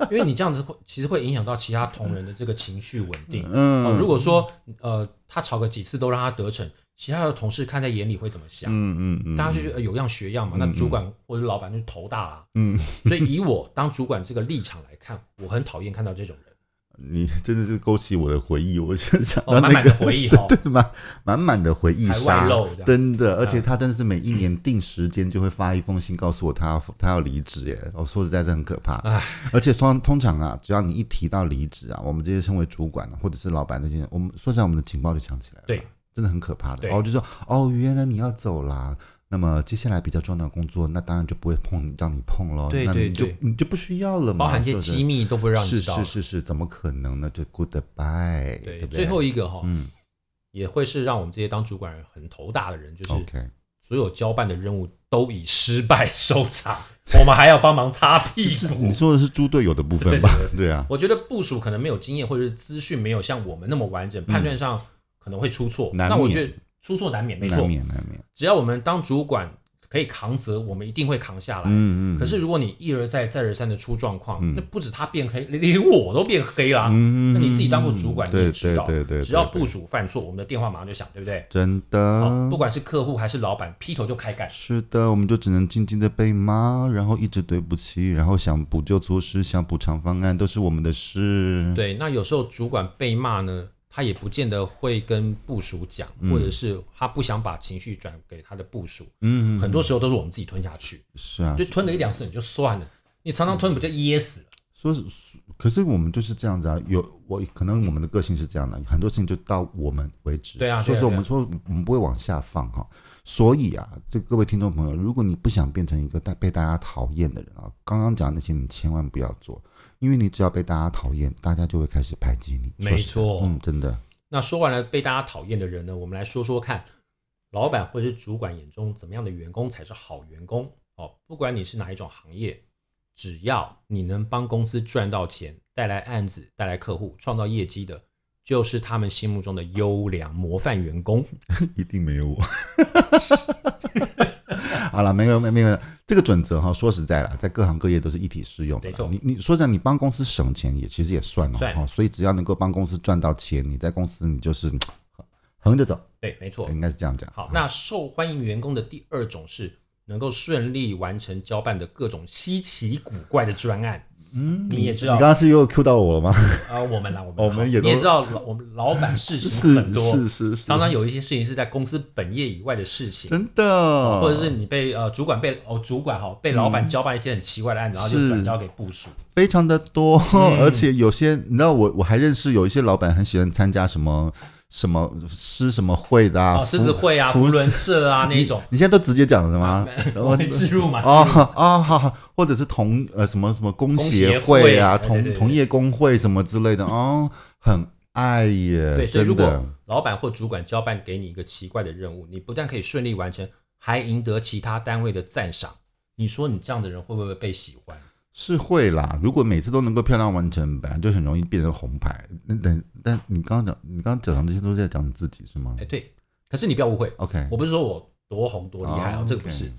Speaker 1: 因为你这样子会其实会影响到其他同仁的这个情绪稳定。哦，
Speaker 2: 嗯，
Speaker 1: 如果说呃他吵个几次都让他得逞，其他的同事看在眼里会怎么想？
Speaker 2: 嗯嗯嗯，
Speaker 1: 大家就觉得呃有样学样嘛，那主管或者老板就头大啦。
Speaker 2: 嗯，
Speaker 1: (laughs) 所以以我当主管这个立场来看，我很讨厌看到这种人。
Speaker 2: 你真的是勾起我的回忆，我就想
Speaker 1: 哦，
Speaker 2: 到
Speaker 1: 满
Speaker 2: 那
Speaker 1: 满的
Speaker 2: 个。
Speaker 1: 回忆哈。
Speaker 2: (laughs) 对满满满的回忆
Speaker 1: 还外
Speaker 2: 杀
Speaker 1: 露这样，嗯
Speaker 2: 真的，而且他真的是每一年定时间就会发一封信告诉我他要他要离职耶，我说实在是很可怕
Speaker 1: 嗯唉。
Speaker 2: 而且通通常啊，只要你一提到离职啊，我们这些身为主管啊或者是老板这些人，我们说实在我们的警报就响起来了，
Speaker 1: 对，
Speaker 2: 真的很可怕的。
Speaker 1: 对
Speaker 2: 哦，就说哦，原来你要走啦。那么接下来比较重要的工作，那当然就不会碰，让你碰喽。
Speaker 1: 对
Speaker 2: 那
Speaker 1: 对
Speaker 2: 你就
Speaker 1: 对
Speaker 2: 你就不需要了嘛。
Speaker 1: 包含一些
Speaker 2: 是不是
Speaker 1: 机密都不会让你
Speaker 2: 是
Speaker 1: 知道
Speaker 2: 是。是是，怎么可能呢？就 goodbye，
Speaker 1: 对，
Speaker 2: 不对？
Speaker 1: 最后一个哈、
Speaker 2: 嗯
Speaker 1: 也会是让我们这些当主管人很头大的人，就是
Speaker 2: ，OK。
Speaker 1: 所有交办的任务都以失败收场，我们还要帮忙擦屁
Speaker 2: 是
Speaker 1: 股
Speaker 2: 你。说的是猪队友的部分吧？
Speaker 1: 对
Speaker 2: 对啊，
Speaker 1: 我觉得部署可能没有经验，或者是资讯没有像我们那么完整，判断上可能会出错。
Speaker 2: 嗯难
Speaker 1: 那
Speaker 2: 免
Speaker 1: 我觉得出错难免，没
Speaker 2: 难
Speaker 1: 错。
Speaker 2: 免难免。
Speaker 1: 只要我们当主管可以扛责，我们一定会扛下来。
Speaker 2: 嗯嗯。
Speaker 1: 可是如果你一而再再而三的出状况，
Speaker 2: 嗯
Speaker 1: 那不止他变黑， (laughs) 连连我都变黑了啊。
Speaker 2: 嗯，嗯，
Speaker 1: 那你自己当过主管，你
Speaker 2: 对
Speaker 1: 也知
Speaker 2: 对
Speaker 1: 道，
Speaker 2: 对对，嗯
Speaker 1: 只要
Speaker 2: 对
Speaker 1: 部署犯错，我们的电话马上就响，对不对？
Speaker 2: 真
Speaker 1: 好，
Speaker 2: 的
Speaker 1: 不管是客户还是老板，劈头就开干。
Speaker 2: 是的，我们就只能静静的被骂，然后一直对不起，然后想补救措施、想补偿方案都是我们的事。
Speaker 1: 对，那有时候主管被骂呢，他也不见得会跟部署讲，或者是他不想把情绪转给他的部署。
Speaker 2: 嗯，
Speaker 1: 很多时候都是我们自己吞下去，
Speaker 2: 是啊
Speaker 1: 就，吞了一两次你就算了，你常常吞不就噎死了？
Speaker 2: 说是，可是我们就是这样子啊，有我可能我们的个性是这样的，很多事情就到我们为止。
Speaker 1: 对啊对啊
Speaker 2: 所以说我
Speaker 1: 对啊
Speaker 2: 们说我们不会往下放哈、所以啊，这各位听众朋友，如果你不想变成一个大被大家讨厌的人啊，刚刚讲的那些你千万不要做，因为你只要被大家讨厌，大家就会开始排挤你。
Speaker 1: 没
Speaker 2: 说实在
Speaker 1: 错
Speaker 2: 嗯，真的，
Speaker 1: 那说完了被大家讨厌的人呢，我们来说说看，老板或者是主管眼中怎么样的员工才是好员工哦？不管你是哪一种行业，只要你能帮公司赚到钱，带来案子，带来客户，创造业绩的，就是他们心目中的优良模范员工。
Speaker 2: 一定没有我。 (laughs) 好了，没有没有没有这个准则哈，说实在了，在各行各业都是一体适用的啦。
Speaker 1: 没错
Speaker 2: 你你说讲你帮公司省钱也其实也算哦，
Speaker 1: 算
Speaker 2: 哈所以只要能够帮公司赚到钱，你在公司你就是嗯横着走，
Speaker 1: 对，没错。
Speaker 2: 应该是这样讲。
Speaker 1: 哦好，那受欢迎员工的第二种是能够顺利完成交办的各种稀奇古怪的专案。嗯，你也知道
Speaker 2: 你刚刚是又 Q 到我了吗？
Speaker 1: (laughs) 啊，我们啦，我们啦
Speaker 2: 我们也
Speaker 1: 你也
Speaker 2: 都
Speaker 1: 知道，老我们老板事情
Speaker 2: 是
Speaker 1: 很多，
Speaker 2: 是是是，
Speaker 1: 常常有一些事情是在公司本业以外的事情，
Speaker 2: 真的，
Speaker 1: 哦或者是你被呃主管被哦主管哈被老
Speaker 2: 嗯
Speaker 1: 板交办一些很奇怪的案子，然后就转交给部署。
Speaker 2: 非常的多，
Speaker 1: 嗯
Speaker 2: 而且有些你知道我我还认识有一些老板很喜欢参加什么什么诗什么会的啊，
Speaker 1: 哦，狮子会啊，
Speaker 2: 福
Speaker 1: 福伦社啊那一种，
Speaker 2: 你现在都直接讲了是吗？
Speaker 1: 啊
Speaker 2: (laughs)
Speaker 1: 我啊会置入嘛？
Speaker 2: 哦
Speaker 1: 置入
Speaker 2: 哦，好好，或者是同呃什么什么工
Speaker 1: 工
Speaker 2: 协
Speaker 1: 协会
Speaker 2: 啊，
Speaker 1: 哎对
Speaker 2: 同
Speaker 1: 对对
Speaker 2: 同业工会什么之类的哦，很爱耶，
Speaker 1: 对，所以如
Speaker 2: 呃真
Speaker 1: 果
Speaker 2: 的，
Speaker 1: 老板或主管交办给你一个奇怪的任务，你不但可以顺利完成，还赢得其他单位的赞赏。你说你这样的人会不会被喜欢？
Speaker 2: 是会啦。如果每次都能够漂亮完成，本来就很容易变成红牌。那等但你刚刚讲，你刚刚讲的这些都是在讲你自己是吗
Speaker 1: 哎，对，可是你不要误会，
Speaker 2: ？OK，
Speaker 1: 我不是说我多红多厉害哦，这个不是
Speaker 2: OK，，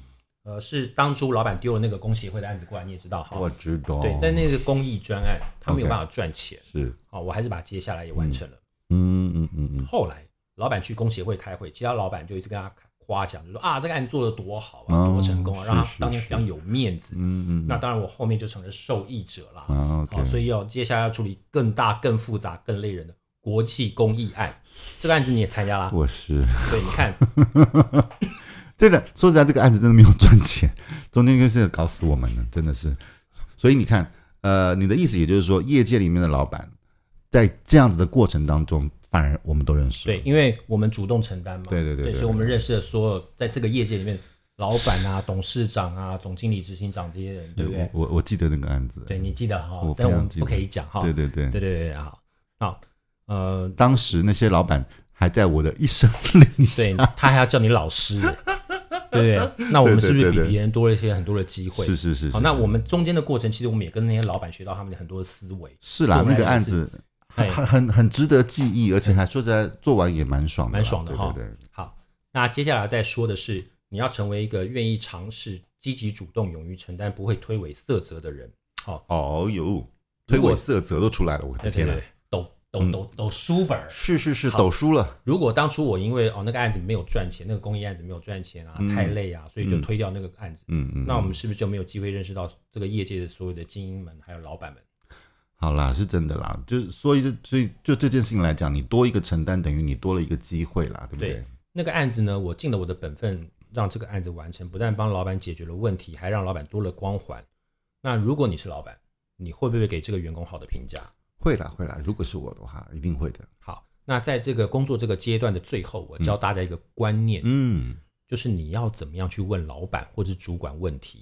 Speaker 1: 呃，是当初老板丢了那个工协会的案子过来，你也知道哈，
Speaker 2: 我知道。
Speaker 1: 对，但那个公益专案，他没有办法赚钱，
Speaker 2: 是，
Speaker 1: 好、我还是把它接下来也完成了。
Speaker 2: 嗯嗯嗯嗯，
Speaker 1: 后来老板去工协会开会，其他老板就一直跟他夸奖，就说啊，这个案子做的多好啊，
Speaker 2: 哦
Speaker 1: 多成功啊，
Speaker 2: 是
Speaker 1: 让他
Speaker 2: 是
Speaker 1: 当年非常有面子。
Speaker 2: 嗯嗯，
Speaker 1: 那当然，我后面就成了受益者啦。
Speaker 2: 啊
Speaker 1: 好、
Speaker 2: ，OK，
Speaker 1: 所以要接下来要处理更大、更复杂、更累人的国际公益案，这个案子你也参加啦。
Speaker 2: 我是。
Speaker 1: 对，你
Speaker 2: (laughs)
Speaker 1: 看，
Speaker 2: 对的，说实在，这个案子真的没有赚钱， (laughs) 中间就是搞死我们了，真的是。所以你看，呃，你的意思也就是说，业界里面的老板，在这样子的过程当中，反而我们都认识了。
Speaker 1: 对，因为我们主动承担嘛，
Speaker 2: 对对对对
Speaker 1: 所以我们认识了所有在这个业界里面老板啊、董事长啊、总经理、执行长这些人，对不对？
Speaker 2: 我我我记得那个案子。
Speaker 1: 对你记得哈
Speaker 2: 我，
Speaker 1: 但
Speaker 2: 非
Speaker 1: 我
Speaker 2: 常
Speaker 1: 们
Speaker 2: 记
Speaker 1: 不可
Speaker 2: 得
Speaker 1: 以讲哈。
Speaker 2: 对对对
Speaker 1: 对对对，好，好，呃，
Speaker 2: 当时那些老板还在我的一声令 (laughs)
Speaker 1: 对
Speaker 2: 下。
Speaker 1: 他还要叫你老师，欸对不对？那我们是不是
Speaker 2: 对对对
Speaker 1: 比
Speaker 2: 对
Speaker 1: 别人多了一些很多的机会？
Speaker 2: 是是是。
Speaker 1: 好，
Speaker 2: 是
Speaker 1: 那我们中间的过程，其实我们也跟那些老板学到他们的很多的思维，
Speaker 2: 是啦，
Speaker 1: 对我
Speaker 2: 那
Speaker 1: 来
Speaker 2: 个
Speaker 1: 讲
Speaker 2: 案
Speaker 1: 是
Speaker 2: 子
Speaker 1: 哎
Speaker 2: 很很很值得记忆，而且还说实在做完也蛮爽的啦，
Speaker 1: 蛮爽的哈
Speaker 2: 对对对，。
Speaker 1: 好，那接下来再说的是，你要成为一个愿意尝试、积极主动、勇于承担、不会推诿色责的人。好，
Speaker 2: 哦哟，推
Speaker 1: 如果哎
Speaker 2: 诿色责都出来了，我
Speaker 1: 对对
Speaker 2: 的天哪
Speaker 1: 对！，抖抖抖抖书本儿。
Speaker 2: 是是是，抖输了。
Speaker 1: 如果当初我因为哦那个案子没有赚钱，那个公益案子没有赚钱啊，
Speaker 2: 嗯
Speaker 1: 太累啊，所以就推掉那个案子。
Speaker 2: 嗯嗯，
Speaker 1: 那我们是不是就没有机会认识到这个业界的所有的精英们，还有老板们？
Speaker 2: 好啦，是真的啦，就是所以就所以就这件事情来讲，你多一个承担，等于你多了一个机会啦，对不对？
Speaker 1: 对那个案子呢，我尽了我的本分，让这个案子完成，不但帮老板解决了问题，还让老板多了光环。那如果你是老板，你会不会给这个员工好的评价？
Speaker 2: 会啦会啦，如果是我的话，一定会的。
Speaker 1: 好，那在这个工作这个阶段的最后，我教大家一个观念，
Speaker 2: 嗯，
Speaker 1: 就是你要怎么样去问老板或者主管问题。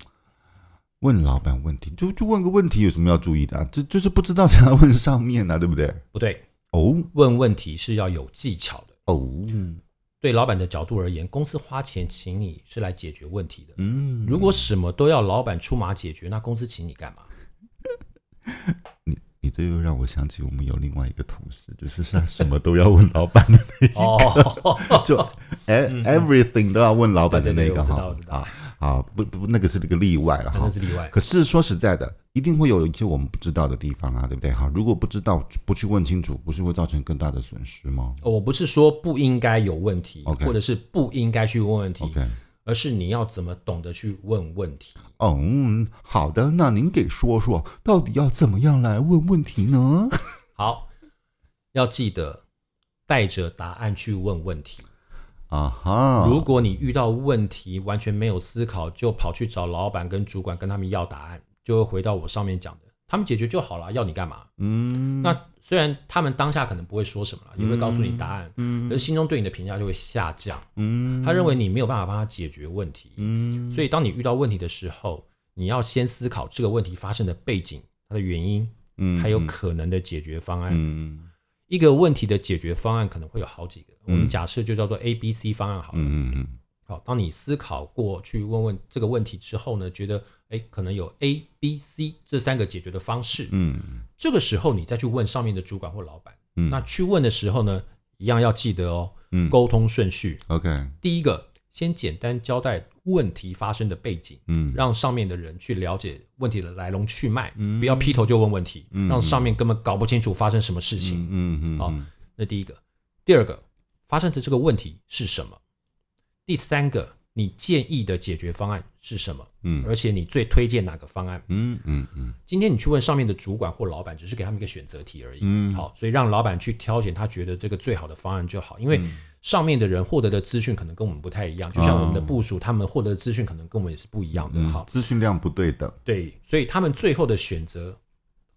Speaker 2: 问老板问题，就就问个问题，有什么要注意的啊？就就是不知道想要问上面啊，对不对？
Speaker 1: 不对，
Speaker 2: 哦
Speaker 1: 问问题是要有技巧的。
Speaker 2: 哦，
Speaker 1: 嗯对老板的角度而言，公司花钱请你是来解决问题的。
Speaker 2: 嗯，
Speaker 1: 如果什么都要老板出马解决，那公司请你干嘛？
Speaker 2: (laughs) 你你这又让我想起我们有另外一个同事，就是像什么都要问老
Speaker 1: (laughs)
Speaker 2: 板的那
Speaker 1: 哦， (laughs)
Speaker 2: 个，就 e- everything 都要问老板的那
Speaker 1: 嗯对对对
Speaker 2: 个
Speaker 1: 我知道
Speaker 2: 哈
Speaker 1: 我知，道
Speaker 2: 啊啊，不不，那个是那个例外了
Speaker 1: 那
Speaker 2: 哈
Speaker 1: 真。是例外。
Speaker 2: 可是说实在的，一定会有一些我们不知道的地方啊，对不对？好，如果不知道不去问清楚，不是会造成更大的损失吗
Speaker 1: 呃我不是说不应该有问题
Speaker 2: OK
Speaker 1: 或者是不应该去问问题
Speaker 2: ？OK，
Speaker 1: 而是你要怎么懂得去问问题。
Speaker 2: 哦、嗯，好的，那您给说说，到底要怎么样来问问题呢？
Speaker 1: 好，要记得带着答案去问问题。
Speaker 2: 啊哈，
Speaker 1: 如果你遇到问题完全没有思考，就跑去找老板跟主管跟他们要答案，就会回到我上面讲的，他们解决就好了，要你干嘛？
Speaker 2: 嗯，
Speaker 1: 那虽然他们当下可能不会说什么了，也会告诉你答案，
Speaker 2: 嗯
Speaker 1: 可是心中对你的评价就会下降，
Speaker 2: 嗯，
Speaker 1: 呃他认为你没有办法帮他解决问题，
Speaker 2: 嗯，
Speaker 1: 所以当你遇到问题的时候，你要先思考这个问题发生的背景、它的原因，
Speaker 2: 嗯
Speaker 1: 还有可能的解决方案。
Speaker 2: 嗯
Speaker 1: 一个问题的解决方案可能会有好几个，我
Speaker 2: 嗯
Speaker 1: 们假设就叫做 A、B、C 方案好了。
Speaker 2: 嗯嗯
Speaker 1: 好，当你思考过去问问这个问题之后呢，觉得哎，可能有 A、B、C 这三个解决的方式。
Speaker 2: 嗯
Speaker 1: 这个时候你再去问上面的主管或老板。
Speaker 2: 嗯，
Speaker 1: 那去问的时候呢，一样要记得哦，
Speaker 2: 嗯
Speaker 1: 沟通顺序。
Speaker 2: OK，
Speaker 1: 第一个，先简单交代问题发生的背景，
Speaker 2: 嗯，
Speaker 1: 让上面的人去了解问题的来龙去脉，
Speaker 2: 嗯
Speaker 1: 不要劈头就问问题，
Speaker 2: 嗯
Speaker 1: 让上面根本搞不清楚发生什么事情。
Speaker 2: 嗯嗯
Speaker 1: 好，那第一个，第二个，发生的这个问题是什么？第三个，你建议的解决方案是什么？
Speaker 2: 嗯
Speaker 1: 而且你最推荐哪个方案？
Speaker 2: 嗯嗯嗯
Speaker 1: 今天你去问上面的主管或老板，只是给他们一个选择题而已。
Speaker 2: 嗯
Speaker 1: 好，所以让老板去挑选他觉得这个最好的方案就好，因为
Speaker 2: 嗯
Speaker 1: 上面的人获得的资讯可能跟我们不太一样，就像我们的部署，他们获得的资讯可能跟我们也是不一样的。
Speaker 2: 哦嗯，
Speaker 1: 好，
Speaker 2: 资讯量不对等，
Speaker 1: 对，所以他们最后的选择，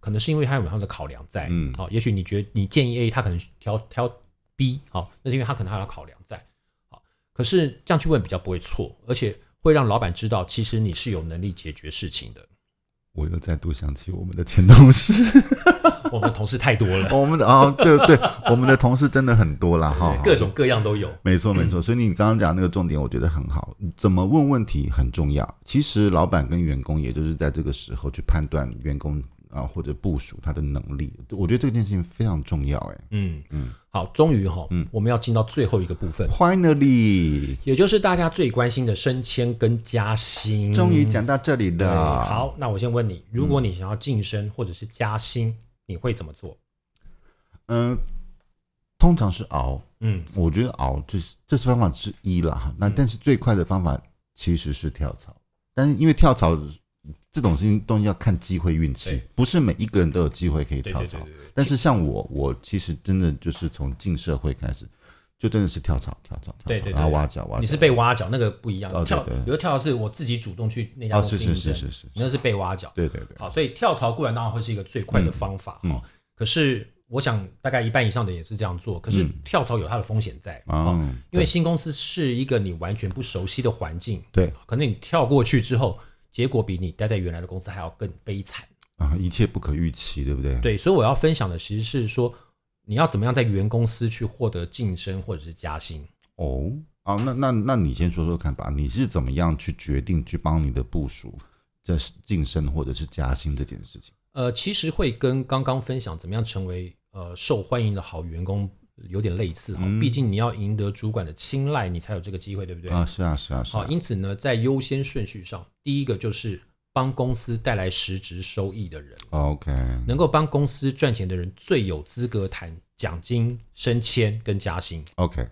Speaker 1: 可能是因为他有他们的考量在。
Speaker 2: 嗯
Speaker 1: 好，也许你觉得你建议 A，他可能挑挑 B，好，那是因为他可能还有考量在。好，可是这样去问比较不会错，而且会让老板知道，其实你是有能力解决事情
Speaker 2: (laughs)
Speaker 1: 的。
Speaker 2: 我又再度想起我们的前同事，
Speaker 1: 我们同事太多了。
Speaker 2: (laughs) 我们的哦，对对，我们的同事真的很多啦哈，
Speaker 1: 各种各样都有。
Speaker 2: 没错，没错。所以你刚刚讲那个重点，我觉得很好。怎么问问题很重要。其实老板跟员工，也就是在这个时候去判断员工啊、或者部署他的能力。我觉得这件事情非常重要。哎
Speaker 1: 嗯嗯，好，终于哈、
Speaker 2: 嗯
Speaker 1: 我们要进到最后一个部分，
Speaker 2: ，Finally，
Speaker 1: 也就是大家最关心的升迁跟加薪。
Speaker 2: 终于讲到这里
Speaker 1: 对
Speaker 2: 了。，
Speaker 1: 好，那我先问
Speaker 2: 嗯
Speaker 1: 你，如果你想要晋升或者是加薪，你会怎么做？
Speaker 2: 嗯、通常是熬，
Speaker 1: 嗯，
Speaker 2: 我觉得熬这是这是方法之一啦。那但是最快的方法其实是跳槽，但是因为跳槽这种事情东西要看机会运气
Speaker 1: 对，
Speaker 2: 不是每一个人都有机会可以
Speaker 1: 对
Speaker 2: 跳
Speaker 1: 对
Speaker 2: 槽
Speaker 1: 对。对对。
Speaker 2: 但是像我，我其实真的就是从进社会开始，就真的是跳槽、跳槽、跳槽，
Speaker 1: 对对对
Speaker 2: 然后挖角、挖角。
Speaker 1: 你是被挖角，那个不一样。
Speaker 2: 哦对
Speaker 1: 跳
Speaker 2: 对，
Speaker 1: 比如跳槽是我自己主动去那家
Speaker 2: 哦
Speaker 1: 公司
Speaker 2: 是
Speaker 1: 应
Speaker 2: 是
Speaker 1: 征，
Speaker 2: 是是是
Speaker 1: 你那是被挖角。
Speaker 2: 对对对，
Speaker 1: 好，所以跳槽固然当然会是一个最快的方法、
Speaker 2: 嗯
Speaker 1: 哦。可是我想大概一半以上的也是这样做。可是
Speaker 2: 嗯
Speaker 1: 跳槽有它的风险在，哦
Speaker 2: 啊，
Speaker 1: 因为新公司是一个你完全不熟悉的环境，
Speaker 2: 对
Speaker 1: 可能你跳过去之后，结果比你待在原来的公司还要更悲惨。
Speaker 2: 啊，一切不可预期，对不对？
Speaker 1: 对，所以我要分享的其实是说，你要怎么样在原公司去获得晋升或者是加薪。
Speaker 2: 哦，啊，那那那你先说说看吧，你是怎么样去决定去帮你的部署这是晋升或者是加薪这件事情？
Speaker 1: 呃，其实会跟刚刚分享怎么样成为呃受欢迎的好员工有点类似哈、
Speaker 2: 嗯
Speaker 1: 毕竟你要赢得主管的青睐，你才有这个机会，对不对？
Speaker 2: 啊，是啊，是啊，是
Speaker 1: 好，
Speaker 2: 啊，
Speaker 1: 因此呢，在优先顺序上，第一个就是帮公司带来实质收益的人。
Speaker 2: OK，
Speaker 1: 能够帮公司赚钱的人最有资格谈奖金、升迁跟加薪。
Speaker 2: OK，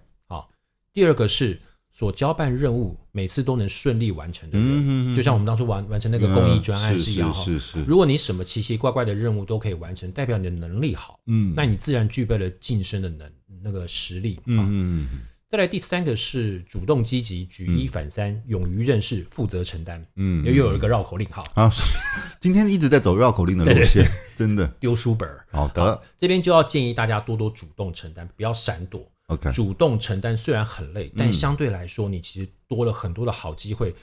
Speaker 1: 第二个是所交办任务每次都能顺利完成的人，
Speaker 2: 嗯
Speaker 1: 就像我们当初完完成那个公益专案
Speaker 2: 是
Speaker 1: 一样哈。
Speaker 2: 是是，
Speaker 1: 如果你什么奇奇怪怪的任务都可以完成，代表你的能力好，
Speaker 2: 嗯，
Speaker 1: 那你自然具备了晋升的能那个实力。
Speaker 2: 嗯
Speaker 1: 啊
Speaker 2: 嗯嗯
Speaker 1: 再来第三个是主动积极、举一反三、勇于认识、负责承担，
Speaker 2: 嗯，
Speaker 1: 又又有一个绕口令哈，
Speaker 2: 啊，是今天一直在走绕口令的路线，真的。
Speaker 1: 丢书本儿。
Speaker 2: 好的
Speaker 1: 这边就要建议大家多多主动承担，不要闪躲。
Speaker 2: ，OK，
Speaker 1: (laughs) 主动承担虽然很累，但
Speaker 2: 嗯
Speaker 1: 相对来说，你其实多了很多的好机会，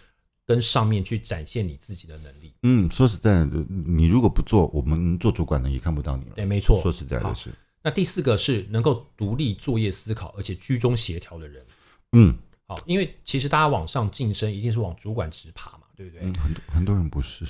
Speaker 1: 跟上面去展现你自己的能力。
Speaker 2: 嗯，说实在的，你如果不做，我们做主管的也看不到你了。
Speaker 1: 对，没错。
Speaker 2: 说实在的
Speaker 1: 好
Speaker 2: 是，
Speaker 1: 那第四个是能够独立作业思考，而且居中协调的人。
Speaker 2: 嗯，
Speaker 1: 好，因为其实大家往上晋升，一定是往主管直爬嘛，对不对
Speaker 2: 嗯？很多很多人不是，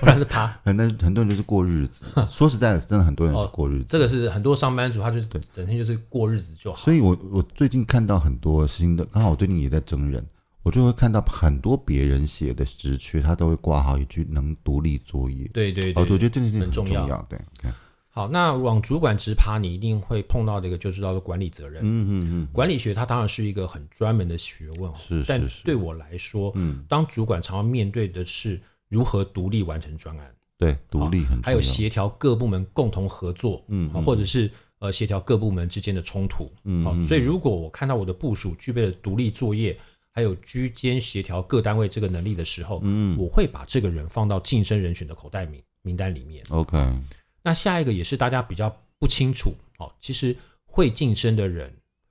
Speaker 1: 不然是爬。
Speaker 2: 很多人很多嗯人就是过日子。 (laughs) 说实在的，真的很多人
Speaker 1: 哦
Speaker 2: 是过日子。
Speaker 1: 这个是很多上班族，他就是整天就是过日子就好。
Speaker 2: 所以我我最近看到很多新的，刚好我最近也在征人，我就会看到很多别人写的职缺，他都会挂好一句能独立作业。
Speaker 1: 对对
Speaker 2: 哦，我觉
Speaker 1: 对。
Speaker 2: 得这件事情
Speaker 1: 很重
Speaker 2: 重
Speaker 1: 要
Speaker 2: 要。对，OK，
Speaker 1: 好，那往主管直爬，你一定会碰到的一个就是叫做管理责任。
Speaker 2: 嗯嗯嗯，
Speaker 1: 管理学它当然是一个很专门的学问哦，
Speaker 2: 是是
Speaker 1: 但
Speaker 2: 是
Speaker 1: 对我来说，
Speaker 2: 嗯
Speaker 1: 当主管常常面对的是如何独立完成专案，
Speaker 2: 对，独立很重要。
Speaker 1: 还有协调各部门共同合作，
Speaker 2: 嗯
Speaker 1: 好
Speaker 2: 嗯
Speaker 1: 啊或者是呃协调各部门之间的冲突。
Speaker 2: 嗯
Speaker 1: 好、
Speaker 2: 嗯
Speaker 1: 所以如果我看到我的部署具备了独立作业，还有居间协调各单位这个能力的时候，
Speaker 2: 嗯
Speaker 1: 我会把这个人放到竞争人选的口袋名名单里面。
Speaker 2: ，OK，
Speaker 1: 那下一个也是大家比较不清楚哦，其实会晋升的人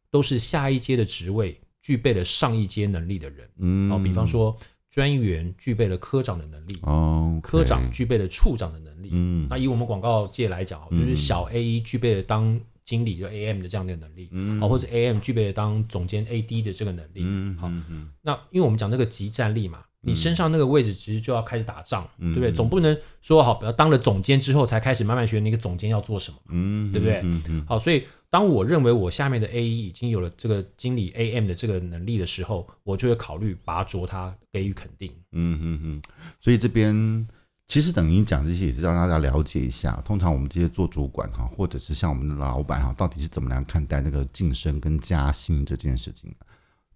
Speaker 1: 都是下一阶的职位具备了上一阶能力的人。
Speaker 2: 嗯，
Speaker 1: 哦，比方说专员具备了科长的能力，
Speaker 2: 哦，
Speaker 1: 科长具备了处长的能力。
Speaker 2: 嗯，
Speaker 1: 那以我们广告界来讲，哦就是
Speaker 2: 嗯
Speaker 1: 小 A 一具备了当经理就 AM 的这样的能力，
Speaker 2: 嗯
Speaker 1: 哦，或者 AM 具备了当总监 AD 的这个能力。
Speaker 2: 嗯，
Speaker 1: 好
Speaker 2: 嗯，嗯
Speaker 1: 那因为我们讲这个集战力嘛，你身上那个位置其实就要开始打仗，
Speaker 2: 嗯
Speaker 1: 对不对？总不能说好，不要当了总监之后才开始慢慢学那个总监要做什么。
Speaker 2: 嗯，
Speaker 1: 对不对
Speaker 2: 嗯嗯，
Speaker 1: 好，所以当我认为我下面的 A E 已经有了这个经理 A M 的这个能力的时候，我就会考虑拔擢他，给予肯定。
Speaker 2: 嗯嗯嗯，所以这边其实等于讲这些也是让大家了解一下，通常我们这些做主管哈，或者是像我们的老板哈，到底是怎么样看待那个晋升跟加薪这件事情的。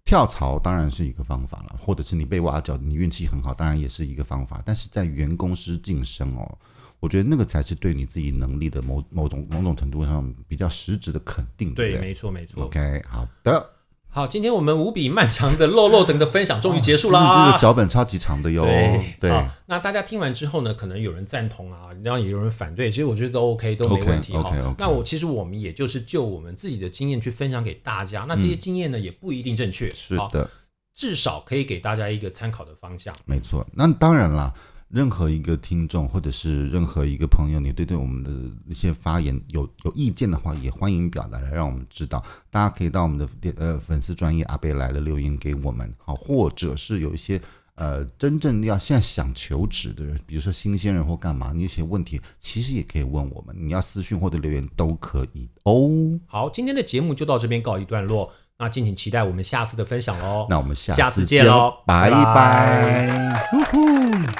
Speaker 2: 跳槽当然是一个方法了，或者是你被挖角，你运气很好，当然也是一个方法。但是在原公司晋升哦，我觉得那个才是对你自己能力的某某种某种程度上比较实质的肯定，
Speaker 1: 对，
Speaker 2: 不
Speaker 1: 没错，没错。
Speaker 2: ？OK，好的，
Speaker 1: 好，今天我们无比漫长的 (laughs) 肉肉等的分享终于结束
Speaker 2: (laughs) 今天这
Speaker 1: 啦
Speaker 2: 个。脚本超级长的哟，
Speaker 1: 对
Speaker 2: 对
Speaker 1: 好，那大家听完之后呢，可能有人赞同啊，然后也有人反对，其实我觉得都 OK，都没问题哈。
Speaker 2: OK，OK，OK
Speaker 1: 那我其实我们也就是就我们自己的经验去分享给大家，那这些经验呢、也不一定正确，
Speaker 2: 是
Speaker 1: 好，
Speaker 2: 的。
Speaker 1: 至少可以给大家一个参考的方向。
Speaker 2: 没错，那当然啦，任何一个听众或者是任何一个朋友，你对对我们的一些发言有有意见的话，也欢迎表达来让我们知道。大家可以到我们的电呃粉丝专业阿贝来了留言给我们，好，或者是有一些。呃，真正要现在想求职的人，比如说新鲜人或干嘛，你有些问题其实也可以问我们，你要私讯或者留言都可以哦。
Speaker 1: 好，今天的节目就到这边告一段落，那敬请期待我们下次的分享喽。
Speaker 2: 那我们下哦
Speaker 1: 下次
Speaker 2: 次
Speaker 1: 见
Speaker 2: 见
Speaker 1: 咯
Speaker 2: 拜
Speaker 1: 拜
Speaker 2: 拜。呼呼